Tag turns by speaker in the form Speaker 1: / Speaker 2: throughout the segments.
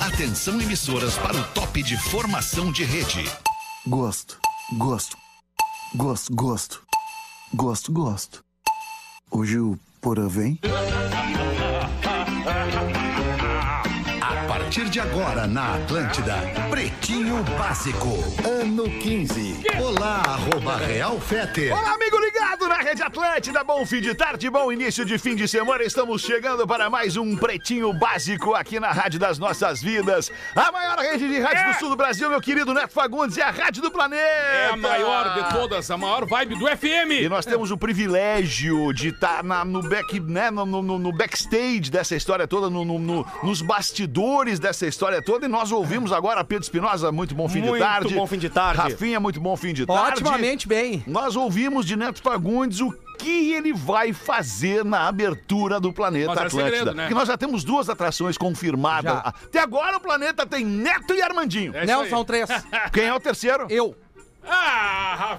Speaker 1: Atenção emissoras para o top de formação de rede.
Speaker 2: Gosto, gosto, gosto, gosto, gosto, gosto. Hoje o Porã vem.
Speaker 1: A partir de agora na Atlântida, Pretinho Básico, ano 15. Olá, arroba Real Fete.
Speaker 3: Olá, amigo ligado na Rede Atlântida. Bom fim de tarde, bom início de fim de semana. Estamos chegando para mais um Pretinho Básico aqui na Rádio das Nossas Vidas. A maior rede de rádio do sul do Brasil, meu querido Neto Fagundes, é a Rádio do Planeta.
Speaker 4: É a maior de todas, a maior vibe do
Speaker 3: E
Speaker 4: FM.
Speaker 3: nós temos o privilégio de estar no, back, né, no, no- no- no backstage dessa história toda, no- no- no- nos bastidores dessa história toda. E nós ouvimos agora Pedro Espinosa, muito bom fim de
Speaker 5: Muito
Speaker 3: tarde.
Speaker 5: bom fim de tarde.
Speaker 3: Rafinha, muito bom fim de tarde.
Speaker 6: Otimamente bem.
Speaker 3: Nós ouvimos de Neto Fagundes o que ele vai fazer na abertura do Planeta
Speaker 4: Mas
Speaker 5: é
Speaker 4: era
Speaker 3: Atlântida.
Speaker 4: segredo, né?
Speaker 3: Porque nós já temos duas atrações confirmadas.
Speaker 6: Já.
Speaker 3: Até agora o planeta tem Neto e Armandinho.
Speaker 4: É isso
Speaker 6: Não,
Speaker 4: aí.
Speaker 6: são três.
Speaker 3: Quem é o terceiro?
Speaker 6: Eu.
Speaker 4: Ah,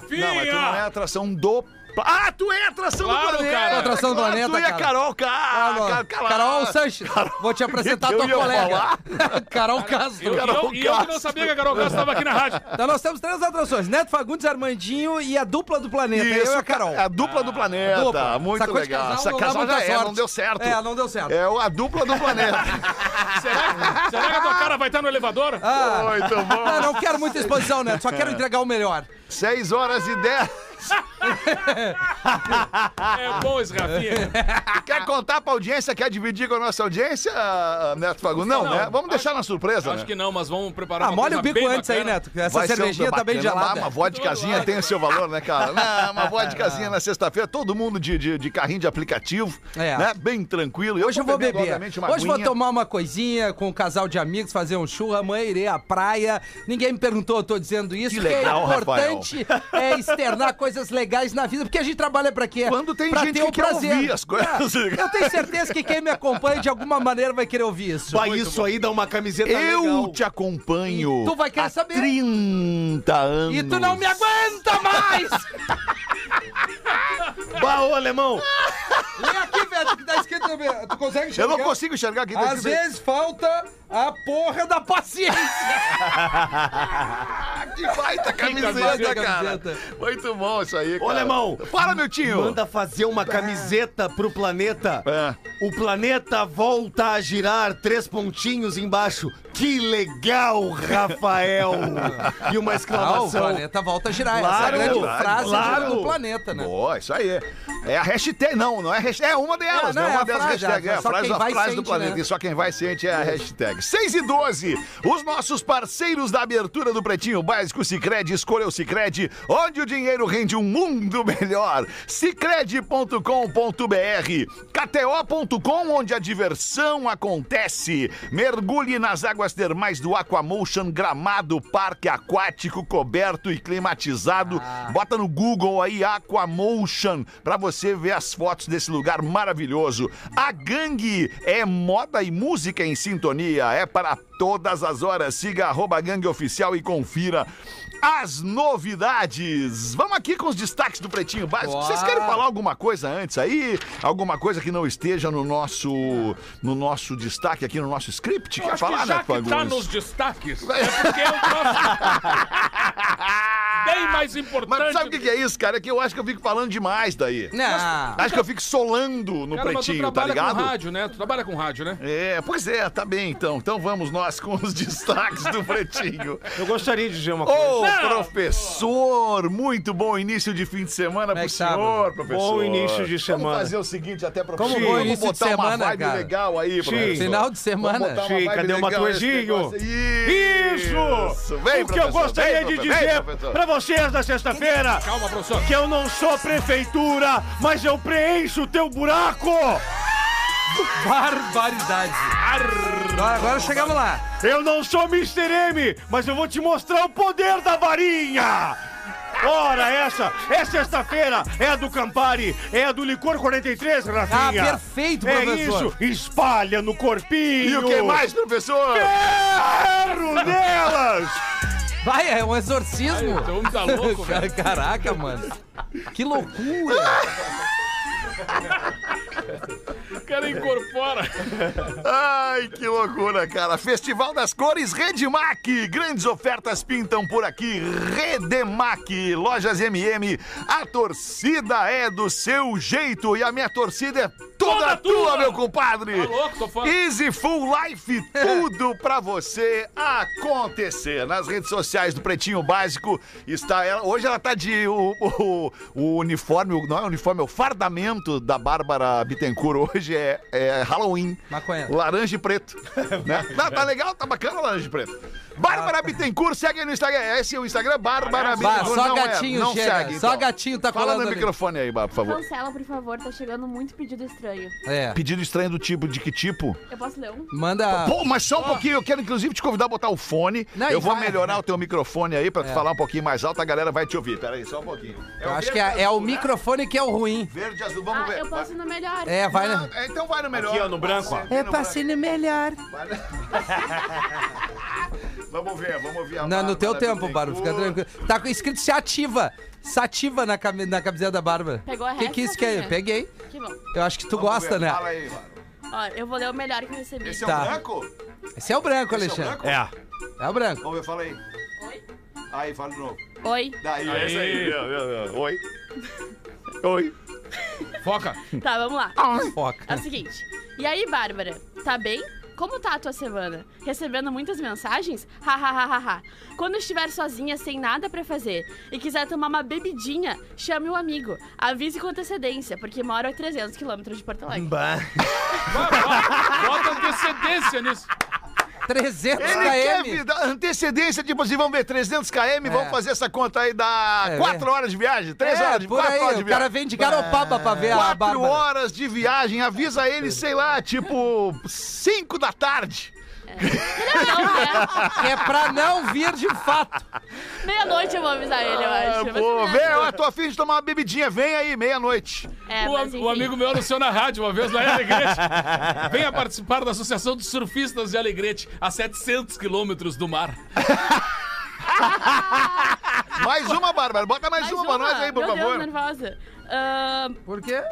Speaker 3: Não, mas tu não é
Speaker 4: Rafinha!
Speaker 3: atração do. pla- Ah, tu é atração
Speaker 4: Claro,
Speaker 3: do planeta!
Speaker 4: cara.
Speaker 6: Atração do
Speaker 3: Claro,
Speaker 6: planeta,
Speaker 3: Tu é
Speaker 6: cara.
Speaker 3: Carol Car...
Speaker 6: Carol,
Speaker 3: Car- Car-
Speaker 6: Carol é Sanches. Vou te apresentar
Speaker 3: eu
Speaker 6: tua
Speaker 3: ia
Speaker 6: colega. Carol
Speaker 4: Eu,
Speaker 6: Castro.
Speaker 4: e
Speaker 3: um
Speaker 4: eu, e eu que não sabia que a Carol Castro estava aqui na rádio.
Speaker 6: Então nós temos três atrações: Neto Fagundes, Armandinho e a dupla do planeta. eu e a Carol.
Speaker 3: é
Speaker 6: Ah,
Speaker 3: A dupla do planeta.
Speaker 6: Dupla.
Speaker 3: tá, Muito
Speaker 6: Essa coisa de
Speaker 3: legal.
Speaker 6: casal
Speaker 3: Essa
Speaker 6: não dá
Speaker 3: casal já
Speaker 6: muita
Speaker 3: é, não
Speaker 6: sorte.
Speaker 3: deu certo.
Speaker 6: É, não deu certo.
Speaker 3: É a dupla do planeta.
Speaker 4: Será, será que a tua cara vai estar no elevador?
Speaker 6: Ah.
Speaker 3: Muito bom.
Speaker 6: Não, não quero muita exposição, Neto. Só quero
Speaker 3: É.
Speaker 6: entregar o melhor.
Speaker 3: 6 horas e 10.
Speaker 4: É bom esse
Speaker 3: É.
Speaker 4: Rafinha.
Speaker 3: Quer contar pra audiência? Quer dividir com a nossa audiência, Neto Fagundes? Não,
Speaker 4: Não,
Speaker 3: né? Vamos deixar na surpresa.
Speaker 4: Acho
Speaker 3: né?
Speaker 4: que não, mas vamos preparar
Speaker 6: Ah,
Speaker 4: uma
Speaker 6: molha
Speaker 4: coisa
Speaker 6: o bico
Speaker 4: bem
Speaker 6: antes aí,
Speaker 4: bacana.
Speaker 6: Neto. que Essa
Speaker 3: Vai ser um
Speaker 6: cervejinha tá bem
Speaker 3: bacana.
Speaker 6: gelada.
Speaker 3: Uma vodkazinha tem o seu valor, né, cara? Não, uma vodkazinha na sexta-feira, todo mundo de, de, de carrinho de aplicativo,
Speaker 6: É.
Speaker 3: né? Bem tranquilo.
Speaker 6: Hoje eu
Speaker 3: tô
Speaker 6: vou
Speaker 3: bebendo,
Speaker 6: beber.
Speaker 3: obviamente, uma
Speaker 6: Hoje eu vou
Speaker 3: aguinha.
Speaker 6: tomar uma coisinha com um casal de amigos, fazer um churro. Amanhã irei à praia. Ninguém me perguntou, eu tô dizendo isso.
Speaker 3: Que
Speaker 6: porque
Speaker 3: legal,
Speaker 6: é importante é externar coisas legais na vida, porque a gente trabalha pra quê?
Speaker 3: Quando tem
Speaker 6: pra
Speaker 3: gente
Speaker 6: ter
Speaker 3: que
Speaker 6: o
Speaker 3: quer
Speaker 6: prazer.
Speaker 3: ouvir as coisas.
Speaker 6: É, eu tenho certeza que quem me acompanha de alguma maneira vai querer ouvir isso.
Speaker 5: Pá, isso aí dá uma camiseta
Speaker 3: Eu
Speaker 5: legal.
Speaker 3: te acompanho.
Speaker 6: tá E tu vai querer
Speaker 3: há
Speaker 6: saber.
Speaker 3: 30 anos.
Speaker 6: E tu não me aguenta mais!
Speaker 5: Bah, ô, alemão.
Speaker 6: Lê aqui, velho, que tá escrito no meu. Tu consegue
Speaker 3: Eu não
Speaker 6: enxergar?
Speaker 3: consigo enxergar aqui. tá
Speaker 6: Às
Speaker 3: escrito-
Speaker 6: vezes falta a porra da paciência.
Speaker 3: Ah, que baita
Speaker 6: baita
Speaker 3: camiseta, cara.
Speaker 6: camiseta.
Speaker 3: Muito bom isso aí, cara.
Speaker 5: Ô, alemão.
Speaker 3: Para, meu tio.
Speaker 5: Manda fazer uma camiseta pro planeta.
Speaker 3: É.
Speaker 5: O planeta volta a girar três pontinhos embaixo. Que legal, Rafael! e uma
Speaker 6: Ah, o
Speaker 5: exclamação.
Speaker 6: planeta volta a girar. Essa é a
Speaker 5: Claro,
Speaker 6: grande
Speaker 3: claro,
Speaker 6: frase
Speaker 5: claro.
Speaker 6: do planeta, né?
Speaker 3: Boa, isso aí. É a hashtag, não, não é hashtag, é uma delas,
Speaker 6: É, não,
Speaker 3: né?
Speaker 6: é
Speaker 3: Uma
Speaker 6: a
Speaker 3: das
Speaker 6: frase,
Speaker 3: hashtags, é a
Speaker 6: só
Speaker 3: frase,
Speaker 6: quem
Speaker 3: a
Speaker 6: vai
Speaker 3: frase do
Speaker 6: sente,
Speaker 3: planeta,
Speaker 6: né?
Speaker 3: e só quem vai sente é a hashtag. 6 e 12, os nossos parceiros da abertura do Pretinho Básico, Cicred, escolha o Cicred, onde o dinheiro rende um mundo melhor. Cicred.com.br, KTO.com, onde a diversão acontece. Mergulhe nas águas termais do Aquamotion Gramado, parque aquático coberto e climatizado.
Speaker 4: Ah.
Speaker 3: Bota no Google aí Aquamotion pra você ver as fotos desse lugar maravilhoso. A Gangue é moda e música em sintonia, é para todas as horas. Siga arroba Gangue Oficial e confira as novidades. Vamos aqui com os destaques do Pretinho Básico.
Speaker 6: Bora.
Speaker 3: Vocês querem falar alguma coisa antes aí? Alguma coisa que não esteja no nosso no nosso destaque aqui no nosso script?
Speaker 4: Eu
Speaker 3: Quer
Speaker 4: acho que
Speaker 3: falar,
Speaker 4: já
Speaker 3: né,
Speaker 4: que tá nos destaques, é porque é um troço bem mais importante.
Speaker 3: Mas sabe o que, que é isso, cara? É que eu acho que eu fico falando demais daí.
Speaker 6: Não.
Speaker 3: Acho que eu fico solando no
Speaker 4: Cara, mas tu
Speaker 3: pretinho, tá
Speaker 4: trabalha com
Speaker 3: ligado?
Speaker 4: rádio, né? Tu trabalha com rádio, né?
Speaker 3: É, pois é, tá bem então. Então vamos nós com os destaques do pretinho.
Speaker 5: Eu gostaria de dizer uma coisa.
Speaker 3: Ô,
Speaker 4: Não.
Speaker 3: professor, muito bom início de fim de semana
Speaker 6: Como é
Speaker 3: pro
Speaker 6: que tá,
Speaker 3: senhor, professor.
Speaker 5: Bom início de semana.
Speaker 3: Vamos fazer o seguinte até, professor.
Speaker 6: Como
Speaker 3: Sim.
Speaker 6: bom
Speaker 3: Vamos
Speaker 6: início de
Speaker 3: botar uma
Speaker 6: semana,
Speaker 3: vibe
Speaker 6: cara.
Speaker 3: legal aí,
Speaker 5: Sim.
Speaker 3: professor.
Speaker 6: Final de semana.
Speaker 3: Vamos botar uma
Speaker 5: Sim,
Speaker 3: vibe
Speaker 5: cadê o
Speaker 3: legal nesse
Speaker 5: Matuezinho?
Speaker 3: negócio aí.
Speaker 5: Isso!
Speaker 3: Isso! Vem,
Speaker 5: o que eu
Speaker 3: professor,
Speaker 5: gostaria
Speaker 3: vem,
Speaker 5: de
Speaker 3: professor,
Speaker 5: dizer
Speaker 3: vem, professor.
Speaker 5: pra vocês na sexta-feira
Speaker 4: Calma, professor.
Speaker 5: que eu não sou prefeitura, mas eu preencho o teu buraco!
Speaker 6: Barbaridade. Agora, agora chegamos lá.
Speaker 5: Eu não sou Mr. M, mas eu vou te mostrar o poder da varinha! Ora, essa é sexta-feira, é a do Campari, é a do Licor 43, Rafinha.
Speaker 6: Ah, perfeito,
Speaker 5: É isso,
Speaker 6: professor.
Speaker 5: espalha no corpinho.
Speaker 3: E o que mais, professor?
Speaker 5: Ferro nelas!
Speaker 6: Vai, é um exorcismo.
Speaker 4: Ai, então tá louco, velho.
Speaker 6: Caraca,
Speaker 3: Ah,
Speaker 6: mano. Que loucura.
Speaker 4: cara incorpora.
Speaker 3: Ai, que loucura, cara. Festival das Cores Redemac. Grandes ofertas pintam por aqui. Redemac. Lojas MM. A torcida é do seu jeito e a minha torcida é toda,
Speaker 4: Toda
Speaker 3: tua,
Speaker 4: tua.
Speaker 3: meu compadre.
Speaker 4: Tá louco, tô fora.
Speaker 3: Easy Full Life, tudo pra você acontecer. Nas redes sociais do Pretinho Básico está ela. Hoje ela tá de o, o- o uniforme, o- não é uniforme, é o fardamento da Bárbara Bittencourt. Hoje é, é Halloween.
Speaker 6: Maconha.
Speaker 3: Laranja e preto. né? Não, tá legal, tá bacana o laranja e preto. Bárbara Bittencourt, segue aí no Instagram. Esse é o Instagram, Bárbara
Speaker 6: Bah,
Speaker 3: Bittencourt.
Speaker 6: só
Speaker 3: não é,
Speaker 6: gatinho
Speaker 3: não
Speaker 6: chega.
Speaker 3: segue,
Speaker 6: Só
Speaker 3: então.
Speaker 6: gatinho tá
Speaker 3: Fala
Speaker 6: colando
Speaker 3: no
Speaker 6: ali.
Speaker 3: microfone aí, Bárbara, por favor.
Speaker 7: Cancela, por favor, tá chegando muito pedido estranho.
Speaker 6: É.
Speaker 3: Pedido estranho do tipo, de que tipo?
Speaker 7: Eu posso ler um?
Speaker 6: Manda.
Speaker 3: Pô, mas só um pouquinho, eu quero inclusive te convidar a botar o fone.
Speaker 6: Não,
Speaker 3: eu
Speaker 6: e
Speaker 3: vou
Speaker 6: vai,
Speaker 3: melhorar
Speaker 6: né?
Speaker 3: o teu microfone aí pra tu
Speaker 6: É.
Speaker 3: falar um pouquinho mais alto, a galera vai te ouvir. Pera aí, só um pouquinho. É
Speaker 6: Eu
Speaker 3: o verde
Speaker 6: acho que
Speaker 3: e
Speaker 6: é, é o
Speaker 3: azul, né?
Speaker 6: microfone que é o ruim.
Speaker 3: Verde e azul, vamos
Speaker 7: Ah,
Speaker 3: ver.
Speaker 7: eu posso ir no melhor.
Speaker 6: É, vai,
Speaker 3: Vai-
Speaker 6: né?
Speaker 3: Ah, Então vai no melhor.
Speaker 5: Aqui, ó, no branco, ó.
Speaker 3: Vai no
Speaker 6: no melhor.
Speaker 3: branco. Vamos ver, vamos ver. a né?
Speaker 6: Não, no teu
Speaker 3: Bárbara
Speaker 6: tempo, Barba, fica
Speaker 3: Bittencourt.
Speaker 6: tranquilo. Tá com escrito se ativa. Sativa na, cami na camiseta da Barba.
Speaker 7: Pegou a né?
Speaker 6: Que que
Speaker 7: resta,
Speaker 6: isso que é?
Speaker 7: Rafinha?
Speaker 6: Peguei.
Speaker 7: Que bom.
Speaker 6: Eu acho que tu
Speaker 3: Vamos
Speaker 6: gosta,
Speaker 3: ver,
Speaker 6: né?
Speaker 3: Fala aí, Bárbara.
Speaker 7: Ó, eu vou ler o melhor que eu recebi.
Speaker 3: Esse é
Speaker 6: Tá.
Speaker 3: o branco? Esse
Speaker 6: Esse é o branco,
Speaker 3: é o
Speaker 6: Alexandre.
Speaker 3: branco?
Speaker 5: É.
Speaker 6: É o branco.
Speaker 3: Vamos ver, fala aí.
Speaker 7: Oi?
Speaker 3: Aí, fala de novo.
Speaker 7: Oi?
Speaker 3: Daí, esse aí. meu, meu, meu. Oi. Oi.
Speaker 4: Foca.
Speaker 7: Tá, vamos lá.
Speaker 6: Foca.
Speaker 7: É o seguinte. E aí, Bárbara, tá bem? Como tá a tua semana? Recebendo muitas mensagens? Ha, ha, ha, ha, ha. Quando estiver sozinha, sem nada pra fazer, e quiser tomar uma bebidinha, chame um amigo. Avise com antecedência, porque moro a 300 quilômetros de Porto Alegre.
Speaker 4: Vai, vai. Bota antecedência nisso.
Speaker 6: 300
Speaker 3: Ele quer
Speaker 6: km.
Speaker 3: vida, antecedência, tipo assim, vamos ver, 300 km, vamos fazer essa conta aí, dá
Speaker 6: É,
Speaker 3: 4 horas de viagem, 3
Speaker 6: É,
Speaker 3: horas, de-
Speaker 6: por
Speaker 3: quatro
Speaker 6: aí.
Speaker 3: horas de
Speaker 6: O cara
Speaker 3: viagem.
Speaker 6: vem de Garopaba pra ver a
Speaker 3: 4
Speaker 6: Bárbara.
Speaker 3: horas de viagem, avisa ele, sei lá, tipo 5 da tarde.
Speaker 7: Não, né?
Speaker 6: Que é pra não vir de fato.
Speaker 7: Meia-noite eu vou avisar ele, eu acho.
Speaker 3: Ah,
Speaker 7: Vai
Speaker 3: pô,
Speaker 7: ser
Speaker 3: vem,
Speaker 7: melhor.
Speaker 3: ó, tô afim de tomar uma bebidinha, vem aí, meia-noite.
Speaker 7: É,
Speaker 4: O,
Speaker 7: mas
Speaker 4: am- o
Speaker 7: enfim.
Speaker 4: amigo meu anunciou na rádio uma vez lá em Alegrete. Venha participar da Associação dos Surfistas de Alegrete, a 700 quilômetros do mar.
Speaker 3: Mais uma, Bárbara, bota mais,
Speaker 7: Mais
Speaker 3: uma, pra nós aí, por
Speaker 7: Meu
Speaker 3: favor.
Speaker 7: Deus, nervosa. Ahn,
Speaker 6: Por quê?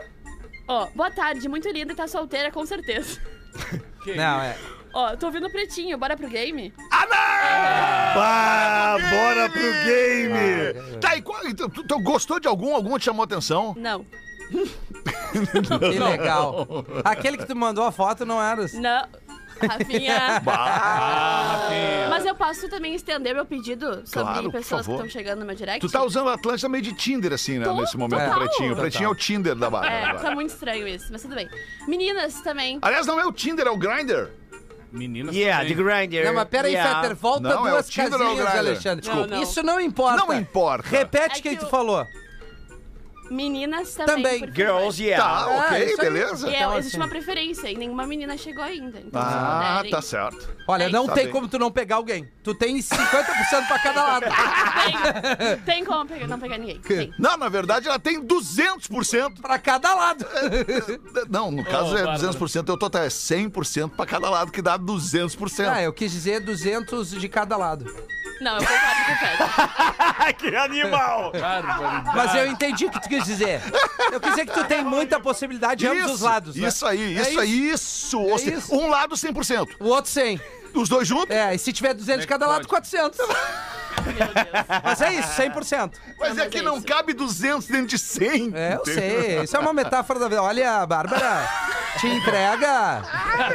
Speaker 7: ó, boa tarde, muito linda e tá solteira, com certeza.
Speaker 4: Que
Speaker 6: Não, é.
Speaker 7: Ó, tô ouvindo o pretinho, bora pro game?
Speaker 2: Bah, bora pro game!
Speaker 3: Tá, e qual, tu, tu- tu gostou de algum? Algum te chamou atenção?
Speaker 7: Não.
Speaker 6: Que legal. Aquele que tu mandou a foto não era. assim.
Speaker 7: Não. Rafinha.
Speaker 4: Rafinha.
Speaker 7: Mas eu posso também estender meu pedido sobre
Speaker 3: Claro, por
Speaker 7: pessoas que
Speaker 3: favor.
Speaker 7: estão chegando no meu direct?
Speaker 3: Tu tá usando o Atlântida meio de Tinder, assim, né,
Speaker 7: Tô,
Speaker 3: nesse momento,
Speaker 7: total.
Speaker 3: Pretinho. O Pretinho é o Tinder da Bárbara.
Speaker 7: É,
Speaker 3: agora.
Speaker 7: tá muito estranho isso, mas tudo bem. Meninas também.
Speaker 3: Aliás, não é o Tinder, é o Grindr.
Speaker 4: Meninas
Speaker 8: Yeah, the
Speaker 4: também.
Speaker 8: grinder.
Speaker 6: Não, mas pera aí,
Speaker 8: yeah.
Speaker 6: Fetter, volta
Speaker 3: Não, é o
Speaker 6: duas
Speaker 3: Tinder ou é o
Speaker 6: casinhas,
Speaker 3: Grindr?
Speaker 6: Alexandre.
Speaker 7: Não, não.
Speaker 6: Isso não importa.
Speaker 3: Não importa.
Speaker 6: Repete
Speaker 7: É
Speaker 6: quem
Speaker 7: que
Speaker 6: tu
Speaker 7: o-
Speaker 6: falou.
Speaker 7: Meninas também.
Speaker 6: Também.
Speaker 7: por favor.
Speaker 8: Girls, yeah.
Speaker 3: Tá,
Speaker 6: Ah,
Speaker 3: ok,
Speaker 6: isso aí.
Speaker 3: beleza.
Speaker 7: E
Speaker 6: Então,
Speaker 7: eu, existe
Speaker 6: assim.
Speaker 7: uma preferência e nenhuma menina chegou ainda. Então, se
Speaker 3: Ah,
Speaker 7: puderem.
Speaker 3: tá certo.
Speaker 6: Olha,
Speaker 7: Tem.
Speaker 6: não
Speaker 3: Tá
Speaker 6: tem
Speaker 3: bem.
Speaker 6: como tu não pegar alguém. Tu tem 50% pra cada lado.
Speaker 7: Tem, tem como pegar, não pegar ninguém. Tem.
Speaker 3: Não, na verdade ela tem 200%.
Speaker 6: pra cada lado.
Speaker 3: Não, no caso é
Speaker 4: Bárbara.
Speaker 3: 200%, eu tô até 100% pra cada lado, que dá 200%.
Speaker 6: Ah, eu quis dizer 200 de cada lado.
Speaker 7: Não, eu concordo com o Pedro.
Speaker 8: que animal!
Speaker 4: Barbaridade.
Speaker 6: Mas eu entendi o que tu quis dizer. Eu quis dizer que tu tem muita possibilidade de ambos os lados. né?
Speaker 3: Isso aí,
Speaker 6: É
Speaker 3: isso aí, isso. Ou seja,
Speaker 6: isso.
Speaker 3: Um lado 100%.
Speaker 6: O outro 100.
Speaker 3: Os dois juntos?
Speaker 6: É, e se tiver 200 de cada lado, 400.
Speaker 7: Meu Deus.
Speaker 6: Mas é isso, 100%.
Speaker 3: mas
Speaker 7: Não,
Speaker 3: é
Speaker 7: mas
Speaker 3: que
Speaker 7: é
Speaker 3: não
Speaker 7: isso.
Speaker 3: cabe 200 dentro de 100.
Speaker 6: É, eu
Speaker 3: entendeu?
Speaker 6: sei. Isso é uma metáfora da vida. Olha, Bárbara, te entrega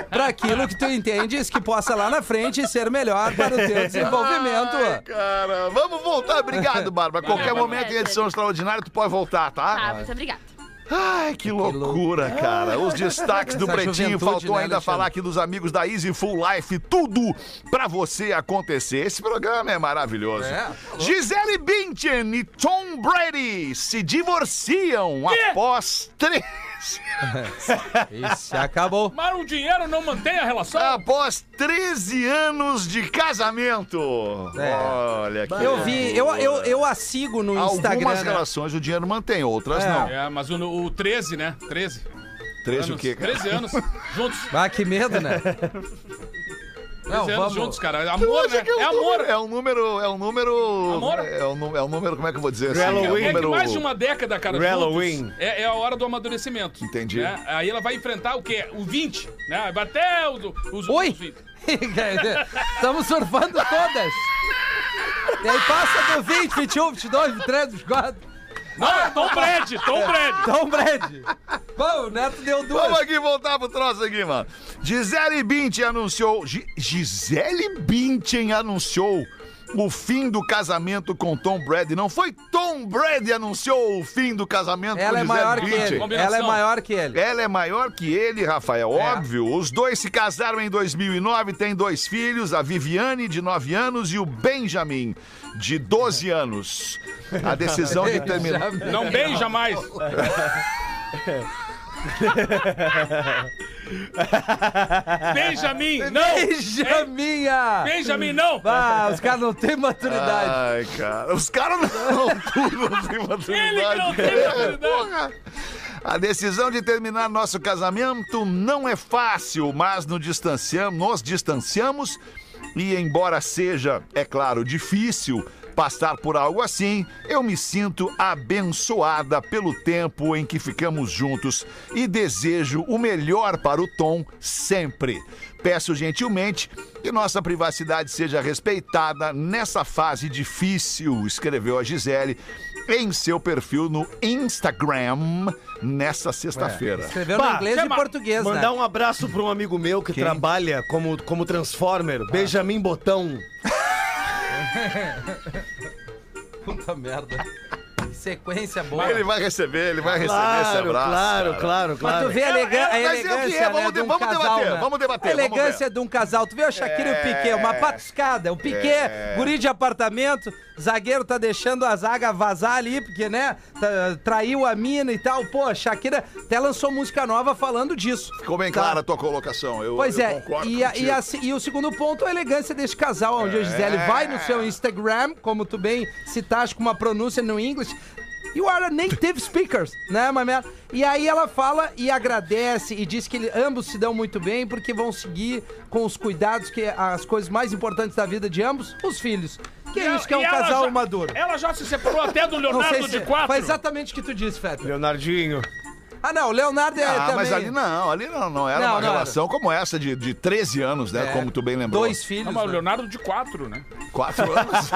Speaker 6: pra aquilo que tu entendes que possa lá na frente ser melhor para o teu desenvolvimento.
Speaker 3: Ai, cara, vamos voltar. Obrigado, Bárbara. Qualquer
Speaker 7: Obrigado.
Speaker 3: momento em edição extraordinária, tu pode voltar,
Speaker 7: Tá, muito obrigada.
Speaker 3: Ai, que loucura, cara. Os destaques do
Speaker 6: Essa
Speaker 3: Pretinho.
Speaker 6: juventude,
Speaker 3: Faltou
Speaker 6: né,
Speaker 3: ainda
Speaker 6: Alexandre?
Speaker 3: falar aqui dos amigos da Easy Full Life. Tudo pra você acontecer. Esse programa é maravilhoso.
Speaker 6: É, falou.
Speaker 3: Gisele Bündchen e Tom Brady se divorciam após três...
Speaker 6: Isso, acabou.
Speaker 4: Mas o um dinheiro não mantém a relação?
Speaker 3: após 13 anos de casamento.
Speaker 6: É.
Speaker 3: Olha que
Speaker 6: Eu vi, eu,
Speaker 3: loucura.
Speaker 6: eu, eu a sigo no Instagram.
Speaker 3: Algumas
Speaker 6: né?
Speaker 3: relações o dinheiro mantém, outras
Speaker 6: É.
Speaker 3: não.
Speaker 4: É, mas o, o 13, né? 13.
Speaker 3: 13
Speaker 4: anos.
Speaker 3: o quê, cara?
Speaker 4: 13 anos. Juntos.
Speaker 6: Ah, que medo, né? Não,
Speaker 4: 13 anos
Speaker 6: vamos.
Speaker 4: juntos, cara.
Speaker 3: Eu
Speaker 4: Amor,
Speaker 3: acho
Speaker 4: né?
Speaker 3: que um
Speaker 4: É amor.
Speaker 3: número- É um número. É um número.
Speaker 4: Amor?
Speaker 3: É um, nu- é um número, como é que eu vou dizer assim? É um
Speaker 5: Halloween.
Speaker 4: É que
Speaker 3: número-
Speaker 4: mais de uma década, cara,
Speaker 5: Pro
Speaker 4: juntos,
Speaker 5: Halloween.
Speaker 4: é, é a hora do amadurecimento.
Speaker 3: Entendi.
Speaker 4: né? Aí ela vai enfrentar o quê? O 20, né? Vai até os... os
Speaker 6: Oi!
Speaker 4: os 20.
Speaker 6: Estamos surfando todas. E aí passa do 20, 21, 22, 23, 24.
Speaker 4: Não, é Tom Brady, Tom Brady.
Speaker 6: Então, Brad. Bom, o Neto deu duas.
Speaker 3: Vamos aqui voltar pro troço aqui, mano. Gisele Bündchen anunciou. Gi- Gisele Bündchen anunciou o fim do casamento com Tom Brady. Não foi Tom Brady anunciou o fim do casamento
Speaker 6: Ela é
Speaker 3: com Gisele
Speaker 6: maior que
Speaker 3: Bündchen.
Speaker 6: ele.
Speaker 4: Combinação.
Speaker 6: Ela é maior que ele.
Speaker 3: Ela é maior que ele, Rafael, óbvio. Os dois se casaram em 2009, têm dois filhos, a Viviane, de 9 anos, e o Benjamin, de 12 anos. A decisão de terminar...
Speaker 4: Não bem jamais. Benjamin, não!
Speaker 6: Benjaminha!
Speaker 4: Benjamin, não!
Speaker 6: Ah, os caras não têm maturidade.
Speaker 3: Ai, cara, os caras não tudo não tem maturidade.
Speaker 4: Ele que não tem maturidade.
Speaker 3: É, Porra. A decisão de terminar nosso casamento não é fácil, mas nos distanciamos, nos distanciamos e embora seja, é claro, difícil passar por algo assim, eu me sinto abençoada pelo tempo em que ficamos juntos e desejo o melhor para o Tom sempre. Peço gentilmente que nossa privacidade seja respeitada nessa fase difícil, escreveu a Gisele em seu perfil no Instagram nessa sexta-feira.
Speaker 6: Escreveu
Speaker 5: Pá,
Speaker 6: no inglês e
Speaker 5: chama-
Speaker 6: português,
Speaker 2: Mandar
Speaker 6: né?
Speaker 2: um abraço pra um amigo meu que trabalha como, como Transformer,
Speaker 6: Tá.
Speaker 2: Benjamin Botão.
Speaker 6: Puta merda. Sequência boa.
Speaker 3: Ele vai receber, ele vai receber esse
Speaker 2: Claro,
Speaker 3: abraço.
Speaker 2: claro,
Speaker 3: cara.
Speaker 2: claro,
Speaker 6: Mas tu
Speaker 2: claro.
Speaker 6: vê a, elega-
Speaker 3: É, é,
Speaker 6: a
Speaker 3: mas é o que é,
Speaker 6: elegância,
Speaker 3: vamos
Speaker 6: né,
Speaker 3: de-
Speaker 6: de um
Speaker 3: vamos
Speaker 6: casal,
Speaker 3: debater,
Speaker 6: né?
Speaker 3: vamos debater,
Speaker 6: A
Speaker 3: vamos É.
Speaker 6: elegância de um casal. Tu vê a Shakira e o Piquet, uma patuscada. O Piquet, guri de apartamento, zagueiro tá deixando a zaga vazar ali, porque, né, tá- traiu a mina e tal. Pô, a Shakira até lançou música nova falando disso.
Speaker 3: Ficou bem
Speaker 6: Tá?
Speaker 3: clara a tua colocação. Eu,
Speaker 6: Pois
Speaker 3: eu
Speaker 6: é,
Speaker 3: concordo
Speaker 6: e, a- e
Speaker 3: contigo. É.
Speaker 6: a- e o segundo ponto é a elegância deste casal, onde a Gisele vai no seu Instagram, como tu bem citaste com uma pronúncia no inglês. You are a native speakers, né, Mamé? E aí ela fala e agradece e diz que ele- ambos se dão muito bem porque vão seguir com os cuidados que é as coisas mais importantes da vida de ambos, os filhos. Que é isso que é um
Speaker 4: E ela
Speaker 6: casal
Speaker 4: já-
Speaker 6: maduro.
Speaker 4: Ela já se separou até do
Speaker 6: Não sei
Speaker 4: Leonardo
Speaker 6: se
Speaker 4: de quatro.
Speaker 6: foi exatamente o que tu disse, Fetter.
Speaker 5: Leonardinho.
Speaker 6: Ah, não, o Leonardo é
Speaker 3: Ah,
Speaker 6: também...
Speaker 3: mas ali não, ali não, não era
Speaker 6: Não,
Speaker 3: uma
Speaker 6: não era.
Speaker 3: relação como essa de, de 13 anos, né?
Speaker 6: É,
Speaker 3: Como tu bem lembrou.
Speaker 6: Dois filhos,
Speaker 4: Não, mas o
Speaker 6: né?
Speaker 4: Leonardo de quatro, né?
Speaker 3: Quatro anos.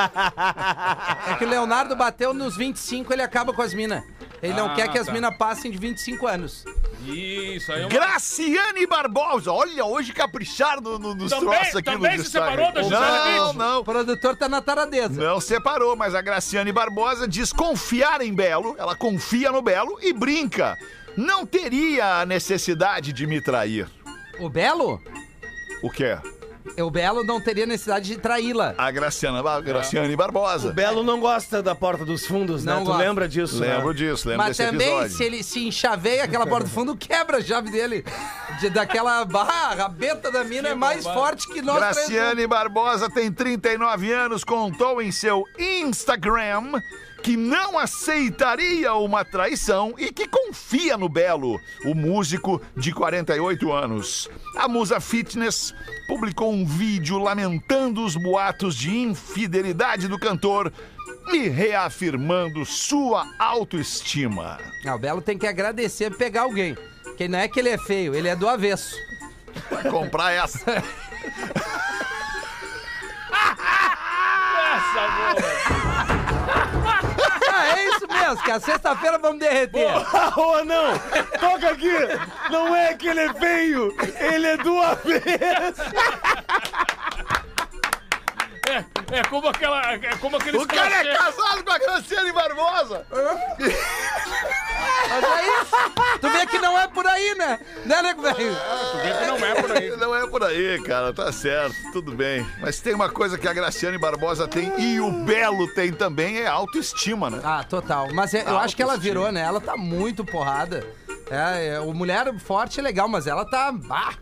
Speaker 6: É que o Leonardo bateu nos 25, ele acaba com as minas. Ele não
Speaker 4: Ah,
Speaker 6: quer que as
Speaker 4: tá.
Speaker 6: minas passem de 25 anos.
Speaker 4: Isso aí é uma...
Speaker 3: Graciane Barbosa, olha, hoje capricharam no, no, nos
Speaker 4: Também-
Speaker 3: troços aqui
Speaker 4: também
Speaker 3: no
Speaker 4: se separou da Gisele
Speaker 3: Não,
Speaker 4: Bündchen.
Speaker 6: O
Speaker 3: não.
Speaker 6: produtor tá na taradeza.
Speaker 3: Não separou, mas a Graciane Barbosa diz confiar em Belo, ela confia no Belo e brinca. Não teria a necessidade de me trair.
Speaker 6: O Belo?
Speaker 3: O quê?
Speaker 6: O Belo não teria necessidade de traí-la.
Speaker 3: A Graciana,
Speaker 4: É.
Speaker 3: a Graciane Barbosa.
Speaker 2: O Belo não gosta da porta dos fundos, né?
Speaker 6: Não
Speaker 2: tu
Speaker 6: gosta.
Speaker 2: lembra disso? né?
Speaker 3: Lembro disso, lembro
Speaker 6: Mas
Speaker 3: desse
Speaker 6: também,
Speaker 3: episódio.
Speaker 6: se ele se enchaveia aquela porta do fundo, quebra a chave dele. De- daquela barra, a rabeta da mina é mais forte que nós três juntos.
Speaker 3: Graciane Barbosa tem 39 anos, contou em seu Instagram que não aceitaria uma traição e que confia no Belo, o músico de 48 anos. A Musa Fitness publicou um vídeo lamentando os boatos de infidelidade do cantor e reafirmando sua autoestima.
Speaker 6: Ah, o Belo tem que agradecer pegar alguém. Porque não é que ele é feio, ele é do avesso.
Speaker 3: Vai comprar essa.
Speaker 6: Ah, é isso mesmo, que a sexta-feira vamos derreter.
Speaker 5: Ô, não! Toca aqui! Não é que ele é feio, ele é do avesso!
Speaker 4: É, é como aquela... É como aqueles
Speaker 3: O cara é
Speaker 4: crochê.
Speaker 3: casado com a Graciane Barbosa!
Speaker 6: Mas é isso. Tu vê que não é por aí, né? Né, nego velho?
Speaker 4: Não é por aí.
Speaker 3: Não é por aí, cara, tá certo, tudo bem. Mas tem uma coisa que a Graciane Barbosa tem e o Belo tem também, é autoestima, né?
Speaker 6: Ah, total. Mas é- eu acho que ela virou, né? Ela tá muito porrada. É, é, o mulher forte é legal, mas ela tá. Bah,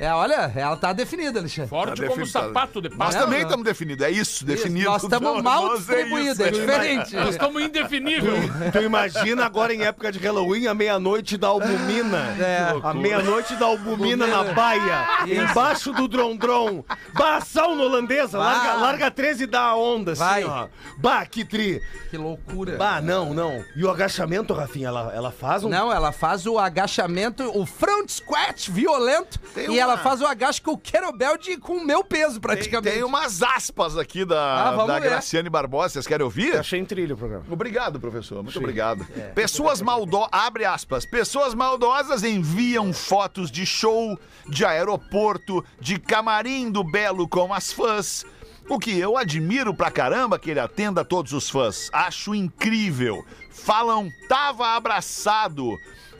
Speaker 6: É, olha, ela tá definida, Alexandre.
Speaker 4: Forte como um
Speaker 3: definido, tá.
Speaker 4: sapato de
Speaker 3: Nós
Speaker 6: Não,
Speaker 4: pasta.
Speaker 3: também
Speaker 6: não.
Speaker 3: estamos definidos, é isso, definido.
Speaker 6: Nós estamos mal
Speaker 3: Nós é
Speaker 6: distribuídos,
Speaker 3: isso,
Speaker 6: é
Speaker 3: né?
Speaker 6: diferente.
Speaker 4: Nós estamos indefinível.
Speaker 2: Tu imagina agora em época de Halloween, a meia-noite da albumina.
Speaker 6: É.
Speaker 2: A meia-noite da albumina na
Speaker 6: Albumina.
Speaker 2: baia,
Speaker 6: Isso.
Speaker 2: embaixo do drondron. Bah, sauna holandesa,
Speaker 6: Bah.
Speaker 2: larga, larga 13 e dá a onda, assim,
Speaker 6: Vai.
Speaker 2: ó. Bah, que tri.
Speaker 6: Que loucura.
Speaker 2: Bah, não, não. E o agachamento, Rafinha, ela, ela faz um...
Speaker 6: Não, ela faz o agachamento, o front squat violento.
Speaker 3: Tem
Speaker 6: e
Speaker 3: uma-
Speaker 6: ela faz o agacho com o kettlebell de, com o meu peso,
Speaker 3: Tem,
Speaker 6: praticamente.
Speaker 3: tem umas aspas aqui da,
Speaker 6: Ah, vamos
Speaker 3: da
Speaker 6: ver.
Speaker 3: Graciane Barbosa, vocês querem ouvir?
Speaker 2: Achei em trilho o programa.
Speaker 3: Obrigado, professor. Muito obrigado.
Speaker 6: É.
Speaker 3: Pessoas maldosas, abre aspas, pessoas maldosas enviam fotos de show, de aeroporto, de camarim do Belo com as fãs. O que eu admiro pra caramba que ele atenda a todos os fãs. Acho incrível. Falam, tava abraçado.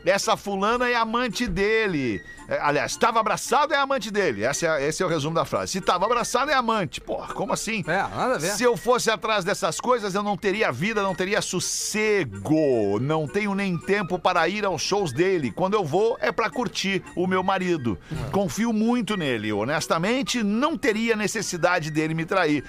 Speaker 3: Essa fulana é amante dele. É, aliás, tava abraçado é amante dele. Essa é a- esse é o resumo da frase. Se tava abraçado é amante. Porra, como assim?
Speaker 6: É, nada a ver.
Speaker 3: Se eu fosse atrás dessas coisas, eu não teria vida, não teria sossego. Não tenho nem tempo para ir aos shows dele. Quando eu vou, é para curtir o meu marido. Confio muito nele. Honestamente, não teria necessidade dele me trair.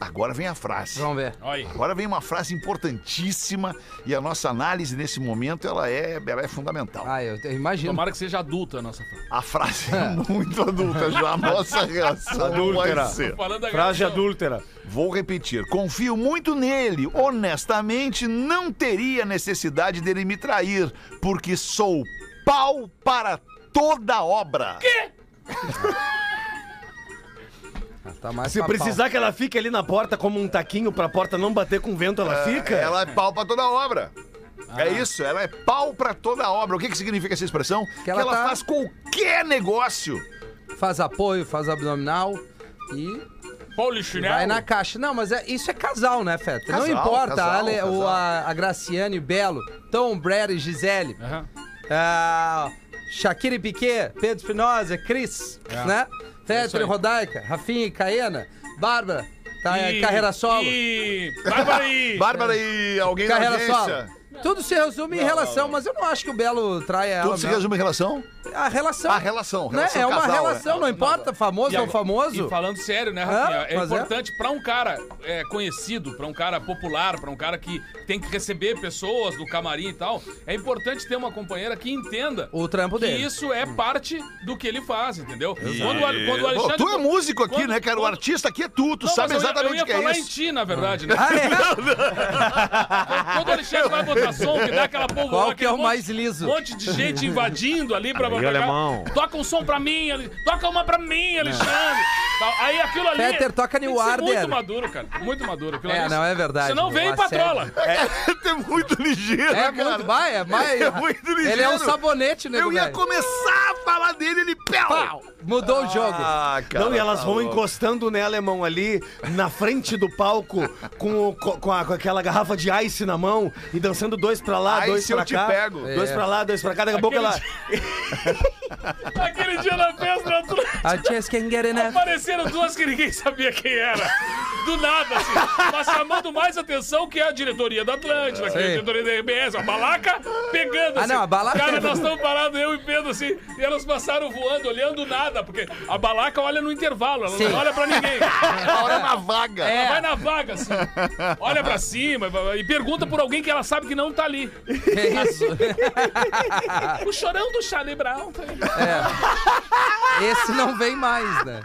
Speaker 3: Agora vem a frase.
Speaker 6: Vamos ver.
Speaker 4: Olha aí.
Speaker 3: Agora vem uma frase importantíssima e a nossa análise nesse momento ela é, ela é fundamental.
Speaker 6: Ah, eu, eu imagino.
Speaker 4: Tomara que seja adulta a nossa frase.
Speaker 3: A frase é muito adulta já, a nossa reação não vai
Speaker 2: Adúltera.
Speaker 3: ser.
Speaker 4: Falando da
Speaker 2: Frase
Speaker 4: gravação.
Speaker 2: adúltera.
Speaker 3: Vou repetir, confio muito nele. Honestamente, não teria necessidade dele me trair, porque sou pau para toda obra.
Speaker 6: Tá mais
Speaker 2: Se
Speaker 6: pra
Speaker 2: precisar que ela fique ali na porta como um taquinho pra porta não bater com vento, ela fica?
Speaker 3: Ela é pau para toda obra.
Speaker 4: Ah.
Speaker 3: É isso, ela é pau para toda obra. O que, que significa essa expressão? Que ela,
Speaker 6: ela tá-
Speaker 3: faz qualquer negócio.
Speaker 6: pau. Faz apoio, faz abdominal e
Speaker 4: Polichinelo.
Speaker 6: Vai na caixa. Não, mas é- isso é casal, né, Feta?
Speaker 3: Casal,
Speaker 6: não importa,
Speaker 3: casal,
Speaker 6: a Ale-
Speaker 3: casal.
Speaker 6: o- a, a Graciane, o Belo, Tom, Brad e Gisele,
Speaker 4: Aham.
Speaker 6: ah, Shakira e Piquet, Pedro Espinosa, Cris, né?
Speaker 4: isso
Speaker 6: Feta,
Speaker 4: aí.
Speaker 6: Rodaica, Rafinha e Caena, Bárbara, tá, é,
Speaker 4: E-
Speaker 6: carreira solo.
Speaker 4: E... Bárbara e...
Speaker 3: Bárbara e alguém da
Speaker 6: Carreira
Speaker 3: audiência.
Speaker 6: solo. Tudo se resume em relação, mas eu não acho que o Belo trai ela.
Speaker 3: Tudo se
Speaker 6: não.
Speaker 3: resume em relação?
Speaker 6: A relação.
Speaker 3: A relação,
Speaker 6: né?
Speaker 3: relação
Speaker 6: é uma
Speaker 3: casal,
Speaker 6: relação,
Speaker 3: né?
Speaker 6: não importa, famoso
Speaker 4: E
Speaker 6: ou
Speaker 4: agora-
Speaker 6: famoso.
Speaker 4: E falando sério, né, Rafinha?
Speaker 6: Ah,
Speaker 4: é
Speaker 6: mas é.
Speaker 4: importante pra um cara é, conhecido, pra um cara popular, pra um cara que tem que receber pessoas do camarim e tal, é importante ter uma companheira que entenda
Speaker 6: O trampo
Speaker 4: que
Speaker 6: dele.
Speaker 4: isso é parte do que ele faz, entendeu? Quando, o Ale-
Speaker 3: Hum.
Speaker 4: quando o
Speaker 3: Bom,
Speaker 4: Alexandre...
Speaker 3: tu é músico aqui,
Speaker 4: quando-
Speaker 3: né, cara? O
Speaker 4: quando-
Speaker 3: artista aqui é tu, tu
Speaker 4: Não,
Speaker 3: sabe
Speaker 4: mas eu ia-
Speaker 3: exatamente
Speaker 4: eu
Speaker 3: o que
Speaker 4: ia falar
Speaker 3: é
Speaker 4: em
Speaker 3: isso.
Speaker 4: ti, na verdade, né?
Speaker 6: Ah, é?
Speaker 4: Quando o Alexandre vai botar som, que dá aquela polvorosa...
Speaker 6: Qual que
Speaker 4: aquele
Speaker 6: é o
Speaker 4: monte-
Speaker 6: mais liso?
Speaker 4: Um monte de gente invadindo ali pra
Speaker 8: Aí,
Speaker 4: botar.
Speaker 8: alemão.
Speaker 4: Toca um som pra mim, Ale- toca uma pra mim, Alexandre. Tal. Aí aquilo ali.
Speaker 6: Peter, toca
Speaker 4: tem
Speaker 6: New
Speaker 4: que ser
Speaker 6: Order.
Speaker 4: Muito maduro, cara. Muito maduro. Aquilo
Speaker 6: É,
Speaker 4: ali-
Speaker 6: não, é verdade,
Speaker 4: Senão
Speaker 6: meu,
Speaker 4: vem
Speaker 6: a sério.
Speaker 4: patrola.
Speaker 3: É muito ligeiro, cara.
Speaker 6: É muito, vai, é mais.
Speaker 3: Tá É muito
Speaker 6: Ele é um
Speaker 3: ligeiro.
Speaker 6: sabonete, né?
Speaker 3: Eu ia começar a falar dele, ele pau!
Speaker 6: Mudou o jogo.
Speaker 3: Ah, cara.
Speaker 2: não, e elas
Speaker 3: tá
Speaker 2: vão
Speaker 3: louco.
Speaker 2: encostando, né, alemão, ali na frente do palco com, o- co- com, a- com aquela garrafa de ice na mão e dançando dois pra lá,
Speaker 3: Aí
Speaker 2: dois
Speaker 3: se eu
Speaker 2: pra
Speaker 3: te
Speaker 2: cá.
Speaker 3: pego.
Speaker 2: Dois pra lá, dois pra cá. Daqui a pouco ela.
Speaker 4: Aquele dia na festa, né? na
Speaker 6: I just can't get né? enough.
Speaker 4: apareceram duas que ninguém sabia quem era. Do nada, assim. Mas chamando mais atenção que a diretoria da Atlântida, que é a
Speaker 6: Sim.
Speaker 4: diretoria da RBS, a balaca pegando.
Speaker 6: Ah,
Speaker 4: assim.
Speaker 6: não, a balaca-
Speaker 4: Cara, nós estamos parados, eu e Pedro, assim, e elas passaram voando, olhando nada, porque a balaca olha no intervalo, ela
Speaker 6: Sim. É.
Speaker 4: não olha pra ninguém.
Speaker 3: A hora na é vaga.
Speaker 4: Ela vai na vaga, assim, olha pra cima e pergunta por alguém que ela sabe que não tá ali.
Speaker 6: Que isso? Ah.
Speaker 4: O chorão do Charlie Brown. Tá ali.
Speaker 6: Esse não vem mais, né?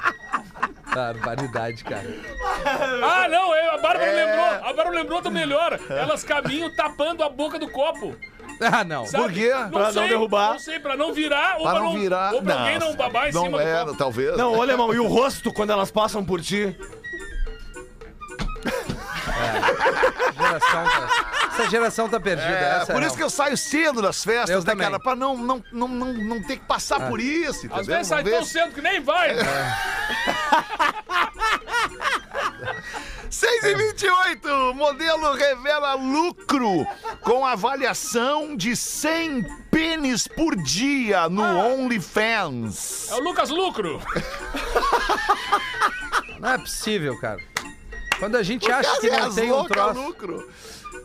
Speaker 6: Barbaridade, cara.
Speaker 4: Ah, não, é, a Bárbara lembrou. A Bárbara lembrou do melhor. Elas caminham tapando a boca do copo.
Speaker 6: Ah, não.
Speaker 4: Sabe?
Speaker 3: Por quê?
Speaker 4: Não
Speaker 2: Pra não
Speaker 4: sei,
Speaker 2: derrubar.
Speaker 4: Não sei, pra não virar ou
Speaker 3: Para não virar.
Speaker 4: Ou pra alguém não babar em
Speaker 3: não é,
Speaker 4: cima
Speaker 3: era,
Speaker 4: do copo.
Speaker 3: talvez.
Speaker 2: Não, ô, alemão, e o rosto quando elas passam por ti?
Speaker 6: Geração, tá- Essa geração tá perdida.
Speaker 3: É,
Speaker 6: essa
Speaker 3: por isso que eu saio cedo das festas,
Speaker 6: Eu
Speaker 3: né,
Speaker 6: também.
Speaker 3: cara? Pra não, não, não, não, não ter que passar por isso, entendeu?
Speaker 4: Às vezes
Speaker 3: Uma
Speaker 4: sai tão cedo que nem vai.
Speaker 3: 6 e 28, modelo revela lucro com avaliação de 100 pênis por dia no
Speaker 4: Ah.
Speaker 3: OnlyFans.
Speaker 4: É o Lucas Lucro.
Speaker 6: Não é possível, cara. Quando a gente acha que não
Speaker 3: As
Speaker 6: tem um
Speaker 3: louca,
Speaker 6: troço.
Speaker 3: lucro.